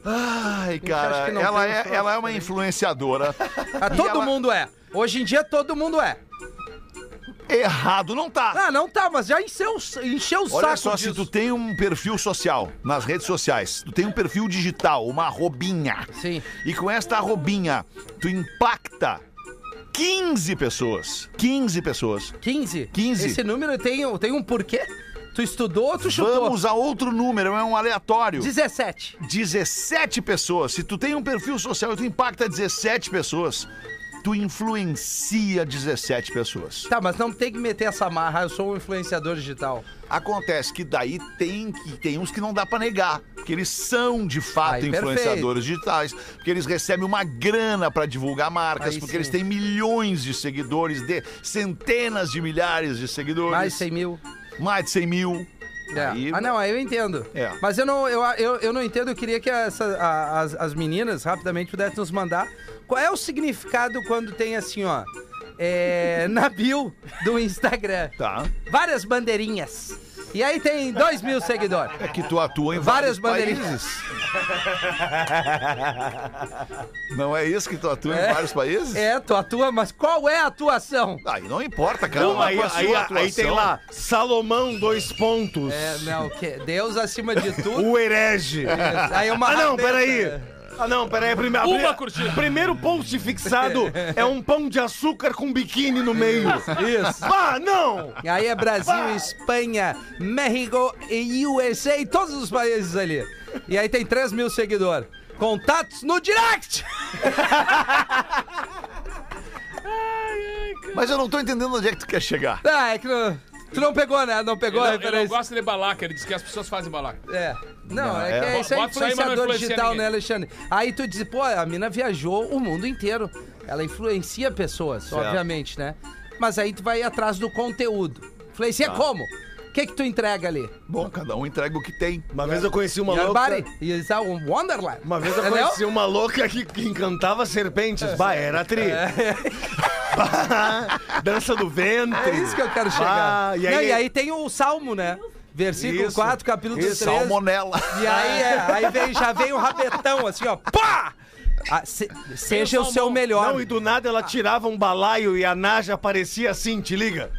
Speaker 3: Ai,
Speaker 6: acha
Speaker 3: cara,
Speaker 6: que não
Speaker 3: ela
Speaker 6: tem um
Speaker 3: é,
Speaker 6: troço
Speaker 3: ela é uma
Speaker 6: também.
Speaker 3: influenciadora.
Speaker 6: Ah,
Speaker 3: E
Speaker 6: todo
Speaker 3: ela-
Speaker 6: mundo é. Hoje em dia todo mundo é.
Speaker 3: Errado não tá.
Speaker 6: Ah, não tá, mas já encheu, o- encheu o
Speaker 3: Olha
Speaker 6: saco
Speaker 3: só,
Speaker 6: disso.
Speaker 3: se tu tem um perfil social nas redes sociais, tu tem um perfil digital, uma arrobinha.
Speaker 6: Sim.
Speaker 3: E com esta arrobinha, tu impacta 15 pessoas. 15 pessoas.
Speaker 6: 15?
Speaker 3: 15.
Speaker 6: Esse número tem, tem um porquê? Tu estudou ou tu chutou?
Speaker 3: Vamos a outro número, é um aleatório.
Speaker 6: 17.
Speaker 3: 17 pessoas. Se tu tem um perfil social e tu impacta 17 pessoas, tu influencia 17 pessoas.
Speaker 6: Tá, mas não tem que meter essa marra, eu sou um influenciador digital.
Speaker 3: Acontece que daí tem que tem uns que não dá pra negar, porque eles são de fato
Speaker 6: Aí,
Speaker 3: influenciadores digitais, porque eles recebem uma grana pra divulgar marcas,
Speaker 6: Aí
Speaker 3: porque
Speaker 6: sim.
Speaker 3: eles têm milhões de seguidores, de centenas de milhares de seguidores,
Speaker 6: Mais 100 mil.
Speaker 3: mais de 100 mil.
Speaker 6: É.
Speaker 3: Aí-
Speaker 6: ah, não, aí eu entendo.
Speaker 3: É.
Speaker 6: Mas eu não, eu, eu, eu não entendo, eu queria que essa- a- as, as meninas rapidamente pudessem nos mandar qual é o significado quando tem assim, ó. É, na bio do Instagram.
Speaker 3: Tá.
Speaker 6: Várias bandeirinhas. E aí tem 2 mil seguidores.
Speaker 3: É que tu atua em vários
Speaker 6: Várias bandeirinhas.
Speaker 3: países. Não é isso que tu atua
Speaker 6: É.
Speaker 3: em vários países?
Speaker 6: É, tu atua, mas qual é a atuação?
Speaker 3: Aí não importa, cara.
Speaker 5: Não,
Speaker 3: Uma
Speaker 5: aí,
Speaker 3: com a sua
Speaker 5: aí, aí
Speaker 3: atuação.
Speaker 5: tem lá, Salomão, dois pontos.
Speaker 6: É, não, que Deus acima de tudo.
Speaker 5: O herege.
Speaker 6: Aí é uma
Speaker 5: Ah, não,
Speaker 6: rabeta.
Speaker 5: peraí. Ah, não, peraí. Prime... a
Speaker 4: Uma
Speaker 5: primeira-
Speaker 4: curtida.
Speaker 5: Primeiro post fixado é um pão de açúcar com biquíni no meio.
Speaker 6: Isso.
Speaker 5: Ah, não!
Speaker 6: E aí é Brasil, Espanha, México e USA, todos os países ali. E aí tem 3 mil seguidores. Contatos no direct!
Speaker 3: Mas eu não tô entendendo onde é que tu quer chegar.
Speaker 6: Ah, é que não, tu não pegou, né? Não pegou
Speaker 4: Ele,
Speaker 6: a
Speaker 4: não- ele não
Speaker 6: referência.
Speaker 4: gosta de balaca, ele diz que as pessoas fazem balaca.
Speaker 6: É. Não, é,
Speaker 3: é.
Speaker 6: que é, isso é
Speaker 4: Bota isso aí, mas não
Speaker 6: influenciador
Speaker 4: influencia
Speaker 6: digital,
Speaker 4: ninguém.
Speaker 6: né, Alexandre? Aí tu diz, pô, a mina viajou o mundo inteiro. Ela influencia pessoas, obviamente, né? Mas aí tu vai atrás do conteúdo. Influencia
Speaker 5: Tá.
Speaker 6: como? O que que tu entrega ali?
Speaker 3: Bom, cada um entrega o que tem.
Speaker 5: Uma vez eu conheci uma
Speaker 6: Your
Speaker 5: louca...
Speaker 6: body is a wonderland.
Speaker 5: Uma vez eu
Speaker 6: Entendeu?
Speaker 5: conheci uma louca que, que encantava serpentes. Bah, era tri.
Speaker 6: É,
Speaker 5: Dança do ventre.
Speaker 6: É isso que eu quero chegar.
Speaker 5: Ah,
Speaker 6: Não,
Speaker 5: e
Speaker 6: e,
Speaker 5: aí-
Speaker 6: aí, tem o Salmo, né? Versículo
Speaker 5: Isso.
Speaker 6: 4, capítulo 3.
Speaker 3: Salmonela.
Speaker 6: E aí, é, aí vem, já vem o rabetão, assim, ó. Pá! Ah, se- seja o seu
Speaker 4: salmão.
Speaker 6: melhor.
Speaker 5: Não, e do nada ela tirava um balaio e a Naja aparecia assim, te liga.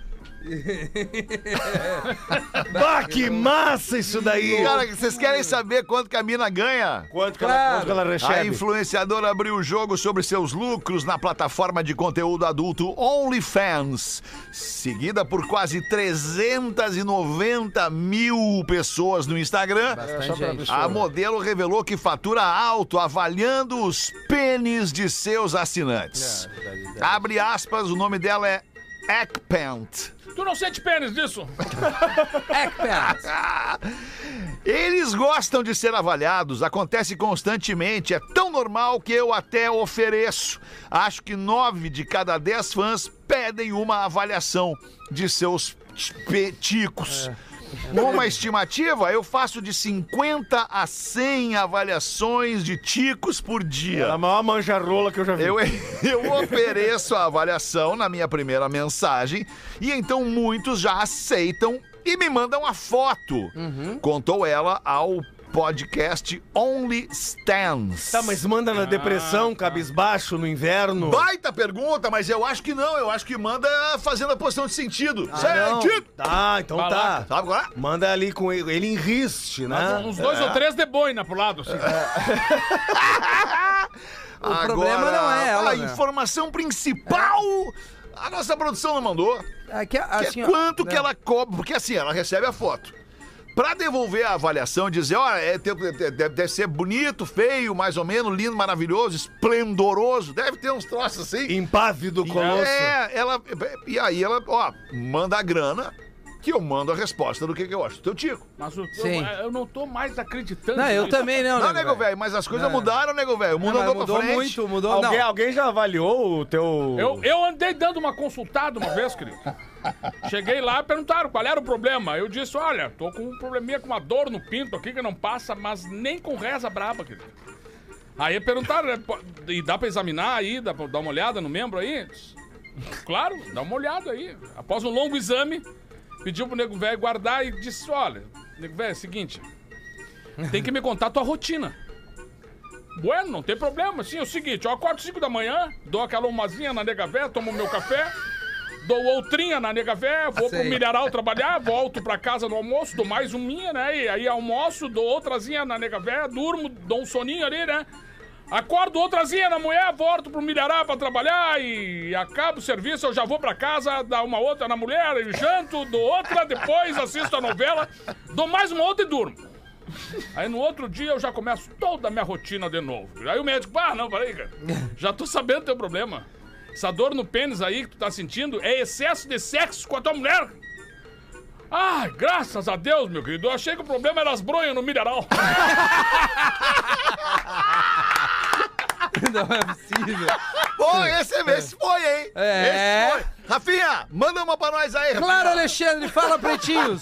Speaker 5: bah, que massa isso daí.
Speaker 3: Cara, vocês querem saber quanto que a mina ganha?
Speaker 5: quanto que
Speaker 6: Claro.
Speaker 5: quanto que ela
Speaker 3: A influenciadora abriu o jogo sobre seus lucros na plataforma de conteúdo adulto OnlyFans, seguida por quase 390 mil pessoas no Instagram.
Speaker 6: Bastante gente.
Speaker 3: A modelo revelou que fatura alto avaliando os pênis de seus assinantes. Abre aspas, o nome dela é Ekpant.
Speaker 4: Tu não sente pênis disso?
Speaker 6: É, Ekpert.
Speaker 3: Ah, Eles gostam de ser avaliados, acontece constantemente, é tão normal que eu até ofereço. Acho que nove de cada dez fãs pedem uma avaliação de seus peticos. Uma estimativa, eu faço de 50 a 100 avaliações de ticos por dia.
Speaker 5: é A maior manjarola que eu já vi.
Speaker 3: Eu, eu ofereço a avaliação na minha primeira mensagem e então muitos já aceitam e me mandam a foto.
Speaker 6: Uhum.
Speaker 3: Contou ela ao podcast Only Stands.
Speaker 5: Tá, mas manda na depressão, cabisbaixo, no inverno.
Speaker 3: Baita pergunta, mas eu acho que não. Eu acho que manda fazendo a posição de sentido.
Speaker 6: Ah,
Speaker 5: Não.
Speaker 3: sentido!
Speaker 5: Tá, então
Speaker 4: Balaca.
Speaker 5: tá.
Speaker 3: Sabe qual é?
Speaker 5: Manda ali com ele, ele em riste,
Speaker 6: Ah,
Speaker 5: né?
Speaker 4: Uns
Speaker 6: é.
Speaker 4: dois ou três de boina pro lado, assim.
Speaker 3: O
Speaker 6: problema não é ela,
Speaker 3: A
Speaker 6: né?
Speaker 3: informação principal. A nossa produção não mandou. Que
Speaker 6: Aqui, assim,
Speaker 3: é
Speaker 6: ó,
Speaker 3: quanto que
Speaker 6: né?
Speaker 3: ela cobra, porque assim, ela recebe a foto. Pra devolver a avaliação e dizer, olha, é, tem- deve, deve ser bonito, feio, mais ou menos, lindo, maravilhoso, esplendoroso, deve ter uns troços assim.
Speaker 5: Impávido colosso.
Speaker 3: É, ela. E aí ela, ó, manda a grana, que eu mando a resposta do que, que eu acho do teu tico.
Speaker 4: Mas o- eu,
Speaker 6: Sim.
Speaker 4: eu não tô mais acreditando.
Speaker 6: Não, eu
Speaker 4: nisso.
Speaker 6: também não,
Speaker 3: Não,
Speaker 6: né,
Speaker 3: nego velho, mas as coisas mudaram, nego velho. O mundo
Speaker 6: Não, mas
Speaker 3: andou
Speaker 6: mudou
Speaker 3: pra frente.
Speaker 6: muito, mudou.
Speaker 5: Alguém,
Speaker 6: não.
Speaker 5: alguém já avaliou o teu.
Speaker 4: Eu, eu andei dando uma consultada uma vez, querido. Cheguei lá e perguntaram qual era o problema. Eu disse, olha, tô com um probleminha com uma dor no pinto aqui que não passa, mas nem com reza braba, querido. Aí perguntaram, né, po- e dá pra examinar aí, dá pra dar uma olhada no membro aí? Claro, dá uma olhada aí. Após um longo exame, pediu pro nego velho guardar e disse, olha, nego velho, é o seguinte, tem que me contar a tua rotina. Bueno, não tem problema. Sim, é o seguinte, eu acordo 5 da manhã, dou aquela umazinha na nega véia, tomo meu café, Dou outrinha na nega véia, vou pro
Speaker 6: Sei.
Speaker 4: milharal trabalhar, volto pra casa no almoço, dou mais um minha, né? E aí almoço, dou outrazinha na nega véia, durmo, dou um soninho ali, né? Acordo outrazinha na mulher, volto pro milharal pra trabalhar e acabo o serviço, eu já vou pra casa, dou uma outra na mulher, e janto, dou outra, depois assisto a novela, dou mais uma outra e durmo. Aí no outro dia eu já começo toda a minha rotina de novo. Aí o médico, ah, não, peraí, cara. Já tô sabendo do teu problema. Essa dor no pênis aí que tu tá sentindo é excesso de sexo com a tua mulher. Ai, graças a Deus, meu querido. Eu achei que o problema era as bronhas no mineral.
Speaker 6: Não é possível.
Speaker 9: Bom, esse, esse foi, hein?
Speaker 6: É.
Speaker 9: Esse foi. Rafinha, manda uma pra nós aí.
Speaker 6: Claro, Alexandre, fala, pretinhos.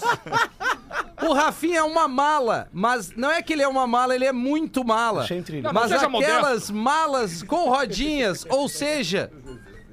Speaker 6: O Rafinha é uma mala, mas não é que ele é uma mala, ele é muito mala.
Speaker 2: Achei incrível.
Speaker 6: Mas
Speaker 4: Não, não seja
Speaker 6: aquelas malas com rodinhas, ou seja,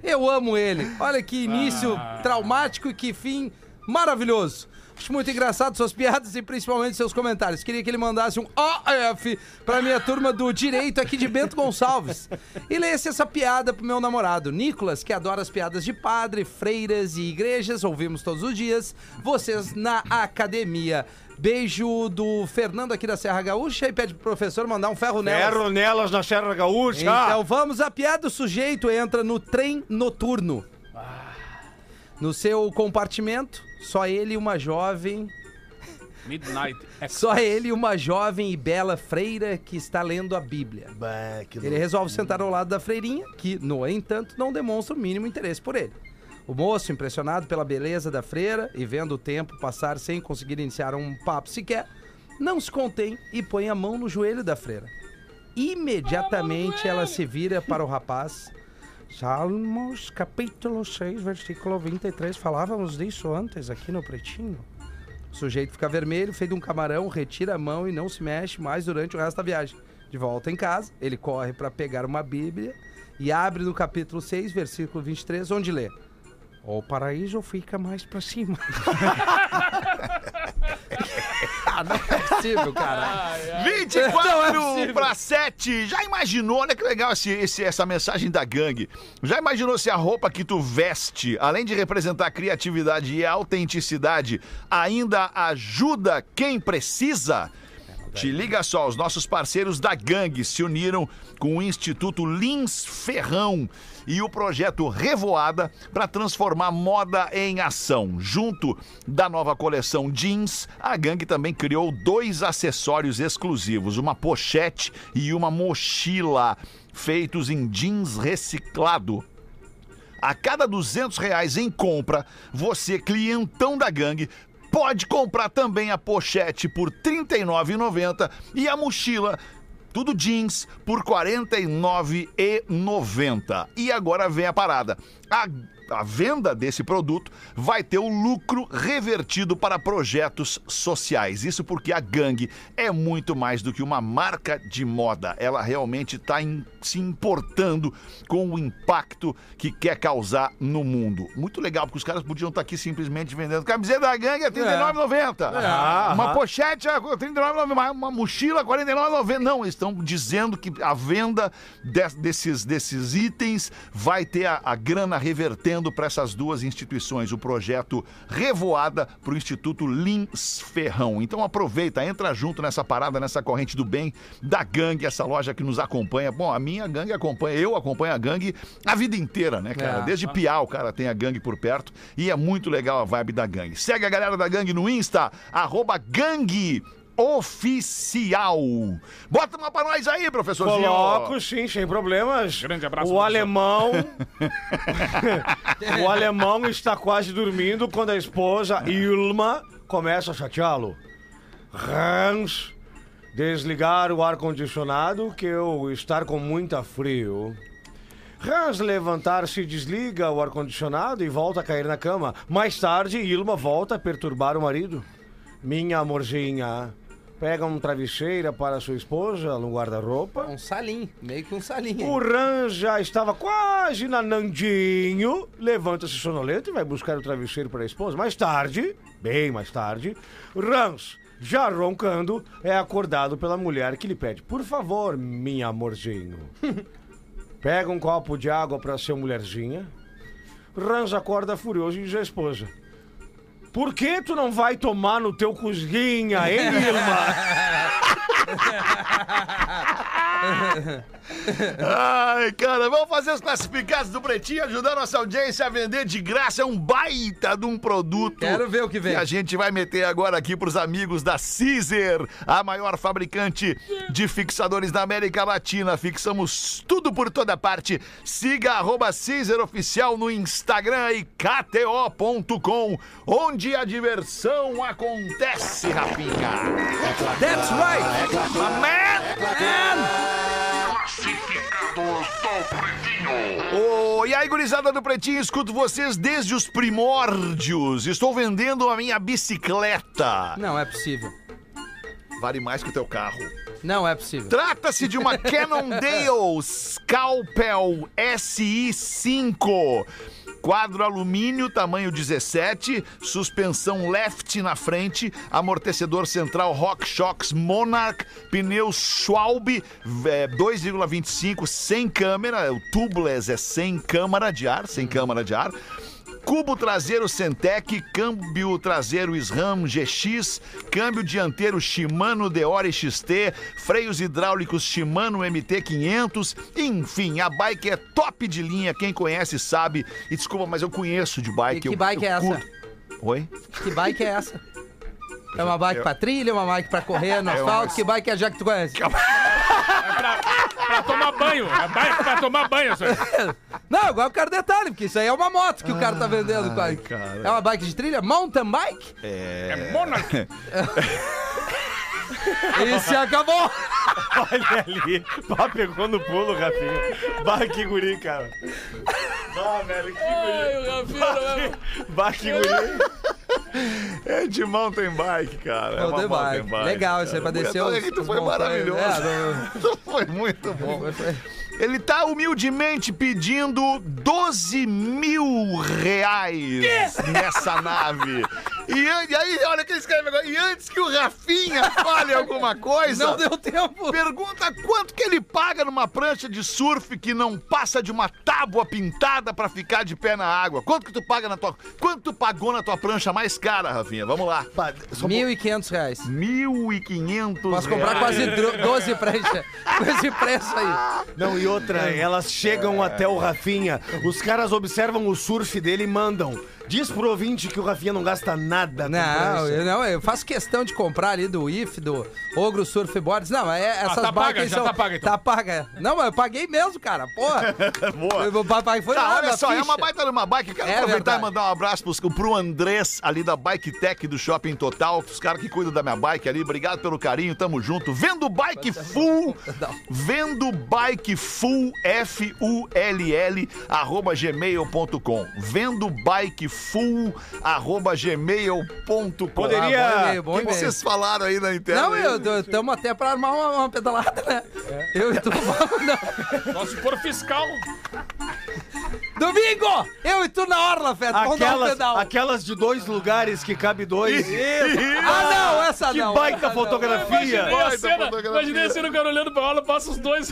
Speaker 6: eu amo ele. Olha que início traumático e que fim maravilhoso. Acho muito engraçado suas piadas e principalmente seus comentários. Queria que ele mandasse um OF pra minha turma do direito aqui de Bento Gonçalves. E lesse essa piada pro meu namorado, Nicolas, que adora as piadas de padre, freiras e igrejas. Ouvimos todos os dias. Vocês na academia. Beijo do Fernando aqui da Serra Gaúcha e pede pro professor mandar um ferro nela.
Speaker 5: Ferro nelas na Serra Gaúcha.
Speaker 6: Então vamos à piada. O sujeito entra no trem noturno. No seu compartimento, só ele e uma jovem.
Speaker 4: Midnight.
Speaker 6: Só ele e uma jovem e bela freira que está lendo a Bíblia.
Speaker 2: Bah, que
Speaker 6: Ele resolve sentar ao lado da freirinha, que, no entanto, não demonstra o mínimo interesse por ele. O moço, impressionado pela beleza da freira e vendo o tempo passar sem conseguir iniciar um papo sequer, não se contém e põe a mão no joelho da freira. Imediatamente ela se vira para o rapaz. Salmos capítulo 6, versículo 23. Falávamos disso antes aqui no Pretinho. O sujeito fica vermelho, feito um camarão, retira a mão e não se mexe mais durante o resto da viagem. De volta em casa, ele corre para pegar uma Bíblia e abre no capítulo 6, versículo 23, onde lê: O paraíso fica mais para cima. ah, não é possível, cara.
Speaker 3: 24
Speaker 6: Não é possível.
Speaker 3: pra 7. Já imaginou? Olha que legal esse, esse- essa mensagem da gangue. Já imaginou se a roupa que tu veste, além de representar criatividade e autenticidade, ainda ajuda quem precisa? Te liga só, os nossos parceiros da gangue se uniram com o Instituto Lins Ferrão e o projeto Revoada para transformar moda em ação. Junto da nova coleção jeans, a gangue também criou dois acessórios exclusivos, uma pochete e uma mochila, feitos em jeans reciclado. A cada 200 reais em compra, você, clientão da gangue, pode comprar também a pochete por R$ 39,90 e a mochila, tudo jeans, por R$ 49,90. E agora vem a parada. A, a venda desse produto vai ter o lucro revertido para projetos sociais. Isso porque a gangue é muito mais do que uma marca de moda. Ela realmente está se importando com o impacto que quer causar no mundo. Muito legal, porque os caras podiam estar aqui simplesmente vendendo camiseta da gangue a R$ 39,90. Uma pochete é, a R$ 39,90, uma- uma mochila a R$ 49,90. Não, eles estão dizendo que a venda des- desses, desses itens vai ter a, a grana revertendo para essas duas instituições. O projeto Revoada para o Instituto Lins Ferrão. Então aproveita, entra junto nessa parada, nessa corrente do bem da gangue, essa loja que nos acompanha. Bom, a minha gangue acompanha, eu acompanho a gangue a vida inteira, né, cara?
Speaker 6: É.
Speaker 3: Desde Piau, cara, tem a gangue por perto e é muito legal a vibe da gangue. Segue a galera da gangue no Insta, arroba gangue oficial. Bota uma pra nós aí, professorzinho.
Speaker 5: Coloco, sim, sem problemas.
Speaker 4: Grande abraço,
Speaker 5: O
Speaker 4: professor.
Speaker 5: alemão. o alemão está quase dormindo quando a esposa Ilma começa a chateá-lo. Hans, desligar o ar-condicionado que eu estar com muita frio. Hans levantar-se, desliga o ar-condicionado e volta a cair na cama. Mais tarde, Ilma volta a perturbar o marido. Minha amorzinha, pega um travesseira para sua esposa no guarda-roupa.
Speaker 6: Um salim, meio que um salim.
Speaker 5: O Ran já estava quase na Nandinho. Levanta-se sonolento e vai buscar o travesseiro para a esposa. Mais tarde, bem mais tarde, Rans, já roncando, é acordado pela mulher que lhe pede: Por favor, minha amorzinho. Pega um copo de água para sua mulherzinha. Ranz acorda furioso e diz à esposa. Por que tu não vai tomar no teu cusguinha, hein, Irma?
Speaker 3: Ai, cara, vamos fazer os classificados do Pretinho, ajudar nossa audiência a vender de graça um baita de um produto.
Speaker 6: Quero ver o que vem.
Speaker 3: E a gente vai meter agora aqui pros amigos da Caesar, a maior fabricante de fixadores da América Latina. Fixamos tudo por toda parte. Siga arroba Caesar Oficial no Instagram e KTO.com, onde a diversão acontece, rapinha.
Speaker 6: That's
Speaker 3: Ah,
Speaker 6: right!
Speaker 3: Ô, e aí, gurizada do Pretinho, escuto vocês desde os primórdios. Estou vendendo a minha bicicleta.
Speaker 6: Não é possível.
Speaker 3: Vale mais que o teu carro.
Speaker 6: Não é possível.
Speaker 3: Trata-se de uma Cannondale Scalpel SI5. Quadro alumínio, tamanho 17, suspensão left na frente, amortecedor central RockShox Monarch, pneus Schwalbe eh, 2,25 sem câmera, o tubeless é sem câmara de ar, sem câmara de ar. Cubo traseiro Sentec, câmbio traseiro SRAM GX, câmbio dianteiro Shimano Deore XT, freios hidráulicos Shimano MT500, enfim, a bike é top de linha, quem conhece sabe. E desculpa, mas eu conheço de bike.
Speaker 6: E que
Speaker 3: eu-
Speaker 6: bike
Speaker 3: eu
Speaker 6: é essa?
Speaker 3: curto. Oi?
Speaker 6: Que bike é essa? É uma bike pra trilha, uma bike pra correr no
Speaker 3: É uma-
Speaker 6: asfalto? Que bike é já que tu conhece?
Speaker 4: Pra tomar banho. É ba- pra tomar banho, senhor.
Speaker 6: Não, agora eu quero detalhe, porque isso aí é uma moto que o cara tá vendendo. Cara. É uma bike de trilha? Mountain bike?
Speaker 4: É Monarch.
Speaker 6: E se acabou!
Speaker 5: Olha ali. Pá, Ah, pegou no pulo, Rafinha. Bah, que guri, cara. Bah, velho, que guri. Bah, que guri.
Speaker 3: É de mountain bike, cara. é uma
Speaker 6: Mountain bike. Legal, isso aí pra
Speaker 3: cara.
Speaker 6: descer
Speaker 3: Eu tô-
Speaker 6: os-
Speaker 3: é que tu
Speaker 6: os
Speaker 3: foi
Speaker 6: montanhas.
Speaker 3: maravilhoso.
Speaker 6: É,
Speaker 3: foi muito bom. Ele tá humildemente pedindo 12 mil reais nessa nave. E, an- e aí, olha o que ele escreve agora. E antes que o Rafinha fale alguma coisa.
Speaker 6: Não deu tempo!
Speaker 3: Pergunta quanto que ele paga numa prancha de surf que não passa de uma tábua pintada pra ficar de pé na água. Quanto que tu paga na tua. Quanto tu pagou na tua prancha mais cara, Rafinha? Vamos lá.
Speaker 6: R$ 1.500 reais.
Speaker 3: 1.500
Speaker 6: Posso comprar
Speaker 3: reais.
Speaker 6: quase dro- 12 pranchas com esse preço aí.
Speaker 5: Não, e outra,
Speaker 3: É.
Speaker 5: elas chegam até o Rafinha, os caras observam o surf dele e mandam. Diz pro ouvinte que o Rafinha não gasta nada com
Speaker 6: Não,
Speaker 5: prancha.
Speaker 6: eu, não, eu faço questão de comprar ali do IF, do Ogro Surfboards. Não, é,
Speaker 3: Ah,
Speaker 6: essas
Speaker 4: tá paga,
Speaker 6: bikes
Speaker 4: já
Speaker 6: são...
Speaker 4: tá paga, então.
Speaker 6: Tá paga. Não, mas eu paguei mesmo, cara. Porra.
Speaker 3: Boa.
Speaker 6: Meu papai foi lá
Speaker 3: Tá,
Speaker 6: na
Speaker 3: olha só, é
Speaker 6: ficha.
Speaker 3: uma baita numa bike. Eu quero
Speaker 6: É
Speaker 3: aproveitar
Speaker 6: verdade.
Speaker 3: e mandar um abraço pros, pro Andrés, ali da Bike Tech do Shopping Total, pros caras que cuidam da minha bike ali. Obrigado pelo carinho, tamo junto. Vendo Bike Full,
Speaker 6: Não.
Speaker 3: vendo Bike Full, F-U-L-L, arroba gmail.com. Vendo Bike Full, arroba gmail.com.
Speaker 5: Poderia-
Speaker 6: Ah, bom e-mail, bom
Speaker 3: O que
Speaker 6: e-mail.
Speaker 3: vocês falaram aí na internet?
Speaker 6: Não, eu estamos até pra armar uma, uma pedalada, né?
Speaker 5: É.
Speaker 6: Eu e tu vamos. não.
Speaker 4: Só se for fiscal.
Speaker 6: Domingo! Eu e tu na orla, Feta. Vamos dar um
Speaker 5: Aquelas,
Speaker 6: pedal.
Speaker 5: aquelas de dois lugares que cabe dois.
Speaker 6: Ah, não, essa
Speaker 5: que
Speaker 3: um,
Speaker 6: não.
Speaker 5: baita
Speaker 6: essa não.
Speaker 4: Imaginei
Speaker 5: fotografia!
Speaker 4: a
Speaker 3: Vai, tá
Speaker 4: cena.
Speaker 3: fotografia.
Speaker 4: Imaginei a cena, o cara olhando pra aula, passa os dois.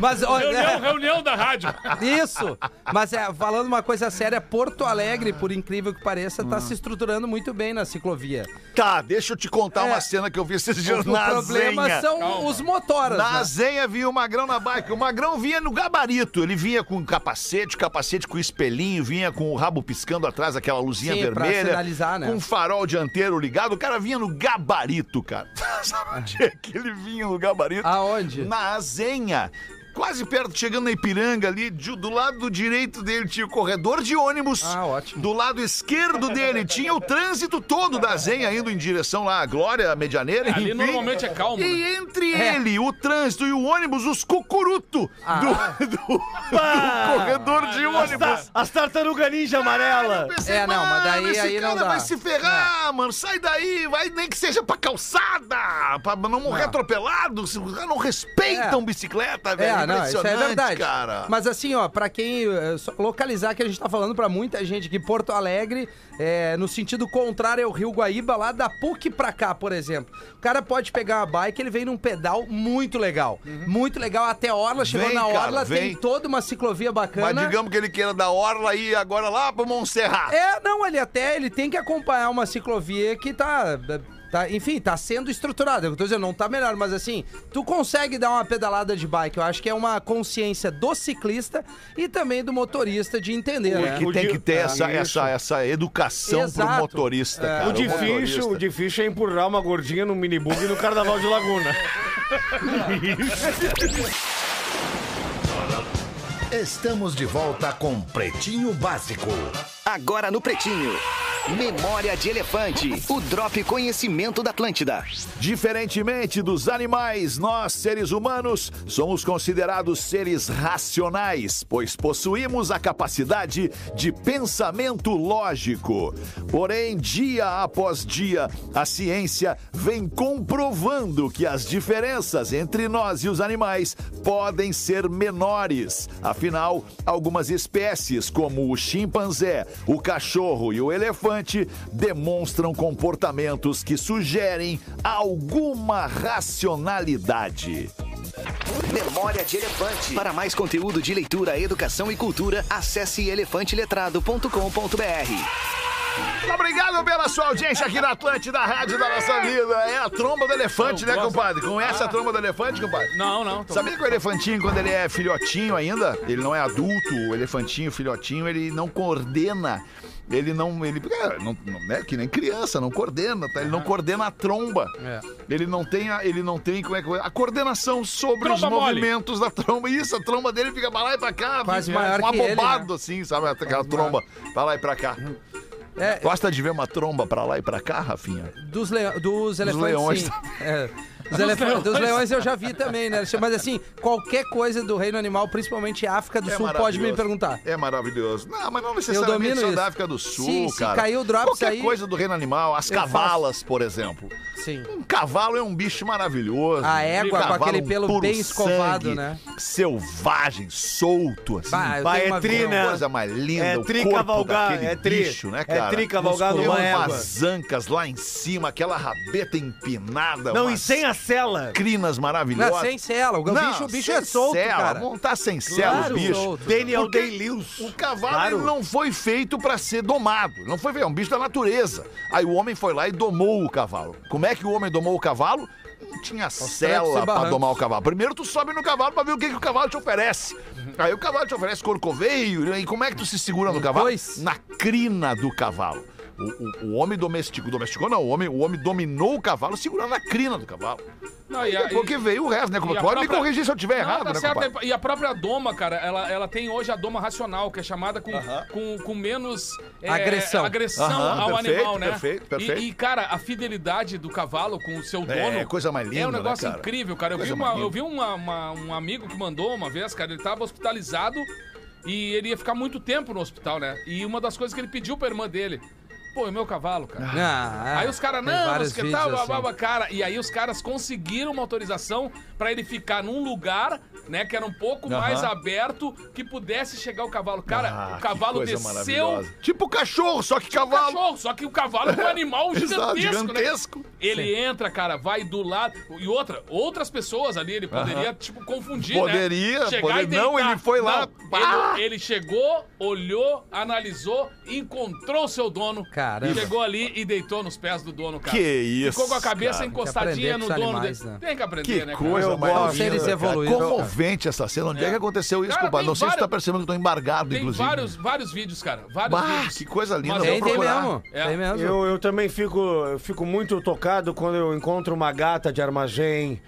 Speaker 6: Mas é.
Speaker 4: Reunião,
Speaker 6: olha, é,
Speaker 4: reunião da rádio.
Speaker 6: isso. Mas é, falando uma coisa séria, Porto Alegre, por incrível que pareça, tá se estruturando muito bem na ciclovia.
Speaker 3: Tá, deixa eu te contar
Speaker 6: É.
Speaker 3: uma cena que eu vi esses
Speaker 6: O,
Speaker 3: dias
Speaker 6: o
Speaker 3: na
Speaker 6: problema
Speaker 3: Zenha.
Speaker 6: são os motoras.
Speaker 3: Na
Speaker 6: né?
Speaker 3: zenha vinha o Magrão na bike. O Magrão vinha no gabarito. Ele vinha com capacete, capacete com espelhinho, vinha com o rabo piscando atrás, aquela luzinha
Speaker 6: Sim, pra
Speaker 3: vermelha.
Speaker 6: sinalizar, né?
Speaker 3: Com um farol dianteiro ligado. O cara vinha no gabarito, cara. Sabe onde é que ele vinha no gabarito?
Speaker 6: Aonde?
Speaker 3: Na zenha. Quase perto, chegando na Ipiranga ali, de- do lado direito dele tinha o corredor de ônibus.
Speaker 6: Ah, ótimo.
Speaker 3: Do lado esquerdo dele tinha o trânsito todo da zenha indo em direção lá à Glória, à Medianeira,
Speaker 4: Ali
Speaker 3: enfim.
Speaker 4: normalmente é calmo. né?
Speaker 3: E entre
Speaker 6: É. Ah.
Speaker 3: ele, o trânsito e o ônibus, os cucuruto do, do- do corredor de ônibus.
Speaker 5: As tartaruga ninja amarela.
Speaker 3: Pensei,
Speaker 6: É, não, mas daí-
Speaker 3: "Mano, esse
Speaker 6: aí não
Speaker 3: cara
Speaker 6: dá." É.
Speaker 3: vai se ferrar, mano. Sai daí, vai nem que seja pra calçada, pra não morrer
Speaker 6: Não.
Speaker 3: atropelado. Os caras não respeitam bicicleta, velho.
Speaker 6: É, não, isso
Speaker 3: tá
Speaker 6: é
Speaker 3: impressionante,
Speaker 6: verdade.
Speaker 3: cara.
Speaker 6: Mas assim, ó, pra quem eh, só localizar que a gente tá falando pra muita gente que Porto Alegre, eh, no sentido contrário é o Rio Guaíba, lá da PUC pra cá, por exemplo. O cara pode pegar uma bike, ele vem num pedal muito legal. Muito legal até Orla, chegou
Speaker 3: Uhum. Vem,
Speaker 6: na
Speaker 3: cara,
Speaker 6: Orla, tem
Speaker 3: vem.
Speaker 6: toda uma ciclovia bacana.
Speaker 3: Mas digamos que ele queira da orla e agora lá pro Montserrat.
Speaker 6: É, não, ele até ele tem que acompanhar uma ciclovia que tá. tá- enfim, tá sendo estruturada. Eu tô dizendo, não tá melhor, mas assim, tu consegue dar uma pedalada de bike. Eu acho que é uma consciência do ciclista e também do motorista de entender, né?
Speaker 3: Que tem que ter essa, essa, essa educação pro
Speaker 6: Exato. É.
Speaker 3: motorista, cara.
Speaker 5: O difícil, o
Speaker 3: motorista.
Speaker 5: difícil é empurrar uma gordinha no minibug no Carnaval de Laguna.
Speaker 1: Estamos de volta com Pretinho Básico.
Speaker 10: Agora no Pretinho. Memória de Elefante. O Drop Conhecimento da Atlântida.
Speaker 3: Diferentemente dos animais, nós, seres humanos, somos considerados seres racionais, pois possuímos a capacidade de pensamento lógico. Porém, dia após dia, a ciência vem comprovando que as diferenças entre nós e os animais podem ser menores. Afinal, algumas espécies, como o chimpanzé, o cachorro e o elefante, demonstram comportamentos que sugerem alguma racionalidade.
Speaker 10: Memória de Elefante. Para mais conteúdo de leitura, educação e cultura, acesse elefanteletrado.com.br.
Speaker 3: Obrigado pela sua audiência aqui na Atlântida, Rádio da Nossa Vida. É a tromba do elefante,
Speaker 4: Eu
Speaker 3: né,
Speaker 4: gosto.
Speaker 3: compadre? Conhece a tromba do elefante, compadre?
Speaker 4: Não, não. tô-
Speaker 3: Sabia que o elefantinho, quando ele é filhotinho ainda, ele não é adulto, o elefantinho, filhotinho, ele não coordena. Ele não. Ele, é, não, não é que nem criança, não coordena, tá? Ele não coordena a tromba.
Speaker 6: É.
Speaker 3: Ele não tem a, ele não tem como é que é? a coordenação sobre os
Speaker 4: Tromba mole.
Speaker 3: movimentos da tromba. Isso, a tromba dele fica pra lá e pra cá,
Speaker 6: Quase
Speaker 3: um
Speaker 6: maior que ele, né?
Speaker 3: abobado assim, sabe? Aquela tromba pra lá e pra cá.
Speaker 6: É,
Speaker 3: Gosta de ver uma tromba pra lá e pra cá, Rafinha?
Speaker 6: dos, leo- dos elefantes,
Speaker 3: leões
Speaker 6: sim. É. Dos, elef- dos leões eu já vi também, né? Alexandre? Mas assim, qualquer coisa do reino animal, principalmente África do
Speaker 3: É
Speaker 6: Sul, pode me
Speaker 3: maravilhoso.
Speaker 6: perguntar.
Speaker 3: É maravilhoso. Não, mas não
Speaker 6: Eu
Speaker 3: necessariamente
Speaker 6: domino
Speaker 3: só
Speaker 6: isso.
Speaker 3: da África do Sul,
Speaker 6: Se- se
Speaker 3: cara.
Speaker 6: cair o drops
Speaker 3: Qualquer
Speaker 6: aí,
Speaker 3: coisa do reino animal, as
Speaker 6: eu faço.
Speaker 3: cavalas, por exemplo.
Speaker 6: Sim.
Speaker 3: Um cavalo é um bicho maravilhoso.
Speaker 6: A égua com
Speaker 3: Cavalo,
Speaker 6: aquele
Speaker 3: um
Speaker 6: pelo
Speaker 3: puro
Speaker 6: bem escovado,
Speaker 3: sangue,
Speaker 6: né?
Speaker 3: Selvagem, solto, assim.
Speaker 6: Bah, eu
Speaker 5: Bah,
Speaker 6: tenho uma
Speaker 5: é tri,
Speaker 6: visão.
Speaker 5: né?
Speaker 3: Coisa mais linda,
Speaker 5: É
Speaker 3: o
Speaker 5: tri
Speaker 3: corpo
Speaker 5: cavalgar,
Speaker 3: daquele
Speaker 5: é tri.
Speaker 3: bicho, né,
Speaker 5: É
Speaker 3: cara?
Speaker 5: tri cavalgar numa
Speaker 3: Tem
Speaker 5: égua.
Speaker 3: umas ancas lá em cima, aquela rabeta empinada.
Speaker 5: Não, e
Speaker 3: umas
Speaker 5: sem a cela.
Speaker 3: crinas maravilhosas.
Speaker 6: Não, sem cela. O bicho, o bicho é solto,
Speaker 3: cela,
Speaker 6: cara.
Speaker 3: Montar sem cela
Speaker 6: Claro,
Speaker 3: o bicho.
Speaker 6: solto.
Speaker 5: Daniel
Speaker 3: Porque
Speaker 5: Day-Lewis.
Speaker 3: O cavalo
Speaker 5: Claro.
Speaker 3: ele não foi feito pra ser domado. Não foi feito, é um bicho da natureza. Aí o homem foi lá e domou o cavalo. Como é que o homem domou o cavalo? Não tinha
Speaker 6: trancos
Speaker 3: cela
Speaker 6: e
Speaker 3: pra
Speaker 6: barrancos.
Speaker 3: domar o cavalo. Primeiro tu sobe no cavalo pra ver o que, que o cavalo te oferece. Aí o cavalo te oferece corcoveio. E como é que tu se segura no cavalo?
Speaker 6: Um Dois.
Speaker 3: Na crina do cavalo. O, o- o homem domesticou, domesticou não, o homem, o homem dominou o cavalo segurando a crina do cavalo.
Speaker 4: Não, e a-
Speaker 3: Depois que veio o resto, né?
Speaker 4: e
Speaker 3: compadre?
Speaker 4: a
Speaker 3: Pode me
Speaker 4: própria-
Speaker 3: corrigir se eu tiver
Speaker 4: Não,
Speaker 3: errado,
Speaker 4: tá
Speaker 3: né,
Speaker 4: certo,
Speaker 3: compadre?
Speaker 4: E a própria doma, cara, ela, ela tem hoje a doma racional, que é chamada com, com, com menos é,
Speaker 6: Agressão.
Speaker 4: agressão
Speaker 3: Aham,
Speaker 4: ao
Speaker 3: perfeito,
Speaker 4: animal, né?
Speaker 3: perfeito, perfeito.
Speaker 4: E, e, cara, a fidelidade do cavalo com o seu dono.
Speaker 3: É, coisa mais linda,
Speaker 4: É um
Speaker 3: né,
Speaker 4: negócio
Speaker 3: cara?
Speaker 4: incrível, cara. Eu
Speaker 3: Coisa
Speaker 4: vi, uma-
Speaker 3: mais linda.
Speaker 4: eu vi uma- uma- um amigo que mandou uma vez, cara, ele tava hospitalizado e ele ia ficar muito tempo no hospital, né? E uma das coisas que ele pediu pra irmã dele. Pô, é meu cavalo, cara.
Speaker 6: Ah,
Speaker 4: Aí os caras,
Speaker 6: tem
Speaker 4: não,
Speaker 6: vários
Speaker 4: mas que
Speaker 6: vídeos
Speaker 4: tal,
Speaker 6: assim.
Speaker 4: blá, blá, blá, cara. E aí os caras conseguiram uma autorização pra ele ficar num lugar, né, que era um pouco mais aberto, que pudesse chegar o cavalo. Cara,
Speaker 3: Ah,
Speaker 4: o cavalo
Speaker 3: que coisa
Speaker 4: desceu.
Speaker 3: maravilhosa. Tipo cachorro, só que cavalo.
Speaker 4: Cachorro, só que o cavalo é um animal
Speaker 3: Exato,
Speaker 4: gigantesco,
Speaker 3: gigantesco.
Speaker 4: né? Ele entra, cara, vai do lado. E outra, outras pessoas ali, ele poderia, tipo, confundir,
Speaker 3: Poderia,
Speaker 4: né? Chegar
Speaker 3: poderia.
Speaker 4: e deitar.
Speaker 3: Não, ele foi lá,
Speaker 4: Não,
Speaker 3: pá!
Speaker 4: ele, ele chegou, olhou, analisou, encontrou seu dono.
Speaker 6: Caramba.
Speaker 4: Chegou ali e deitou nos pés do dono, cara.
Speaker 3: Que isso,
Speaker 4: Ficou com a cabeça
Speaker 3: cara.
Speaker 6: Tem que
Speaker 4: encostadinha
Speaker 6: aprender
Speaker 4: no
Speaker 6: com os
Speaker 4: dono
Speaker 6: animais,
Speaker 4: dele.
Speaker 6: né?
Speaker 4: Tem que aprender,
Speaker 3: Que
Speaker 4: né, cara?
Speaker 3: coisa mais
Speaker 6: gosto,
Speaker 3: linda,
Speaker 6: eles
Speaker 3: cara.
Speaker 6: evoluíram, cara.
Speaker 3: Comovente essa cena. Onde é, que aconteceu isso,
Speaker 4: Cara,
Speaker 3: compadre?
Speaker 4: tem
Speaker 3: Não sei se
Speaker 4: vários-
Speaker 3: tu tá percebendo que eu tô embargado,
Speaker 4: Tem
Speaker 3: inclusive.
Speaker 4: vários, vários vídeos, cara. Vários
Speaker 3: Bah,
Speaker 4: vídeos.
Speaker 3: que coisa linda.
Speaker 4: Mas
Speaker 3: eu
Speaker 6: Tem,
Speaker 3: vou
Speaker 6: tem
Speaker 3: procurar.
Speaker 6: mesmo.
Speaker 4: É.
Speaker 6: Tem mesmo.
Speaker 5: Eu, eu também fico, eu fico muito tocado quando eu encontro uma gata de armazém,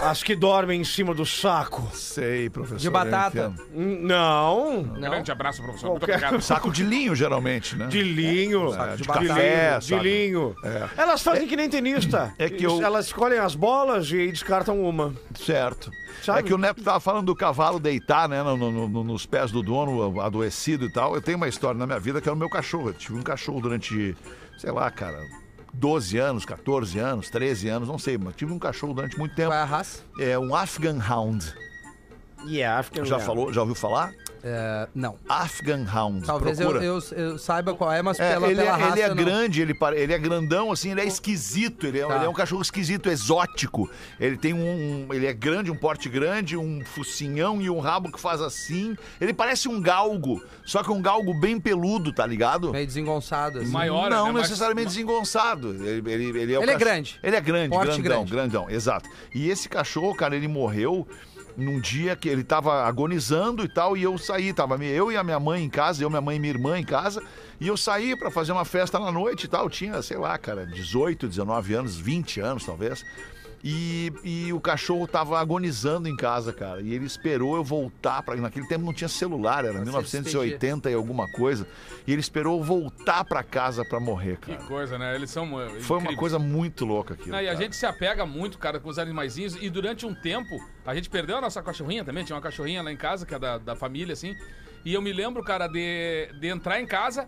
Speaker 5: as que dormem em cima do saco.
Speaker 3: Sei, professor.
Speaker 6: De
Speaker 3: eu
Speaker 6: batata.
Speaker 3: entendo.
Speaker 5: Hum, Não,
Speaker 6: Não.
Speaker 4: Grande abraço, professor. Muito
Speaker 5: Qualquer-
Speaker 4: obrigado.
Speaker 3: Saco de linho, geralmente, né?
Speaker 5: de linho.
Speaker 3: de
Speaker 5: de,
Speaker 3: café,
Speaker 5: linho, de
Speaker 3: sabe?
Speaker 5: linho. Elas fazem que nem tenista.
Speaker 3: É que eu-
Speaker 5: Elas escolhem as bolas e descartam uma.
Speaker 3: Certo.
Speaker 5: Sabe?
Speaker 3: É que o Neto tava falando do cavalo deitar, né, no- no- no- nos pés do dono, adoecido e tal. Eu tenho uma história na minha vida que era o meu cachorro. Eu tive um cachorro durante, sei lá, cara, 12 anos, 14
Speaker 6: é
Speaker 3: anos, 13 anos, não sei, mas tive um cachorro durante muito tempo.
Speaker 6: Qual é a raça?
Speaker 3: É um Afghan Hound.
Speaker 5: Yeah, African
Speaker 3: Já
Speaker 5: Lamb.
Speaker 3: falou, já ouviu falar?
Speaker 6: É, não.
Speaker 3: Afghan Hound.
Speaker 6: Talvez eu,
Speaker 3: procura.
Speaker 6: eu, eu saiba qual é, mas
Speaker 3: É,
Speaker 6: pela,
Speaker 3: ele, é-
Speaker 6: pela raça.
Speaker 3: ele é
Speaker 6: eu não-
Speaker 3: grande, ele, pare- ele é grandão, assim, ele é esquisito, ele é,
Speaker 6: Tá.
Speaker 3: ele é um cachorro esquisito, exótico. Ele tem um, um- Ele é grande, um porte grande, um focinhão e um rabo que faz assim. Ele parece um galgo, só que um galgo bem peludo, tá ligado?
Speaker 6: Meio desengonçado. Assim.
Speaker 4: Maior,
Speaker 3: não
Speaker 4: né? Mas-
Speaker 3: necessariamente desengonçado. Ele, ele- ele é, o
Speaker 6: Ele é
Speaker 3: cach-
Speaker 6: grande.
Speaker 3: Ele é grande,
Speaker 6: Porte
Speaker 3: grandão,
Speaker 6: grande.
Speaker 3: grandão, exato. E esse cachorro, cara, ele morreu num dia que ele tava agonizando e tal, e eu saí, tava me- eu e a minha mãe em casa, eu, minha mãe e minha irmã em casa, e eu saí pra fazer uma festa na noite e tal, tinha, sei lá, cara, 18, 19 anos, 20 anos talvez. E, e o cachorro tava agonizando em casa, cara. E ele esperou eu voltar para naquele tempo não tinha celular, era
Speaker 6: se
Speaker 3: 1980 e alguma coisa. E ele esperou eu voltar pra casa pra morrer, cara.
Speaker 4: Que coisa, né? Eles são.
Speaker 3: Foi uma coisa muito louca aqui.
Speaker 4: Não, e a gente se apega muito, cara, com os animaizinhos. E durante um tempo, a gente perdeu a nossa cachorrinha também. Tinha uma cachorrinha lá em casa, que é da, da família, assim. E eu me lembro, cara, de, de entrar em casa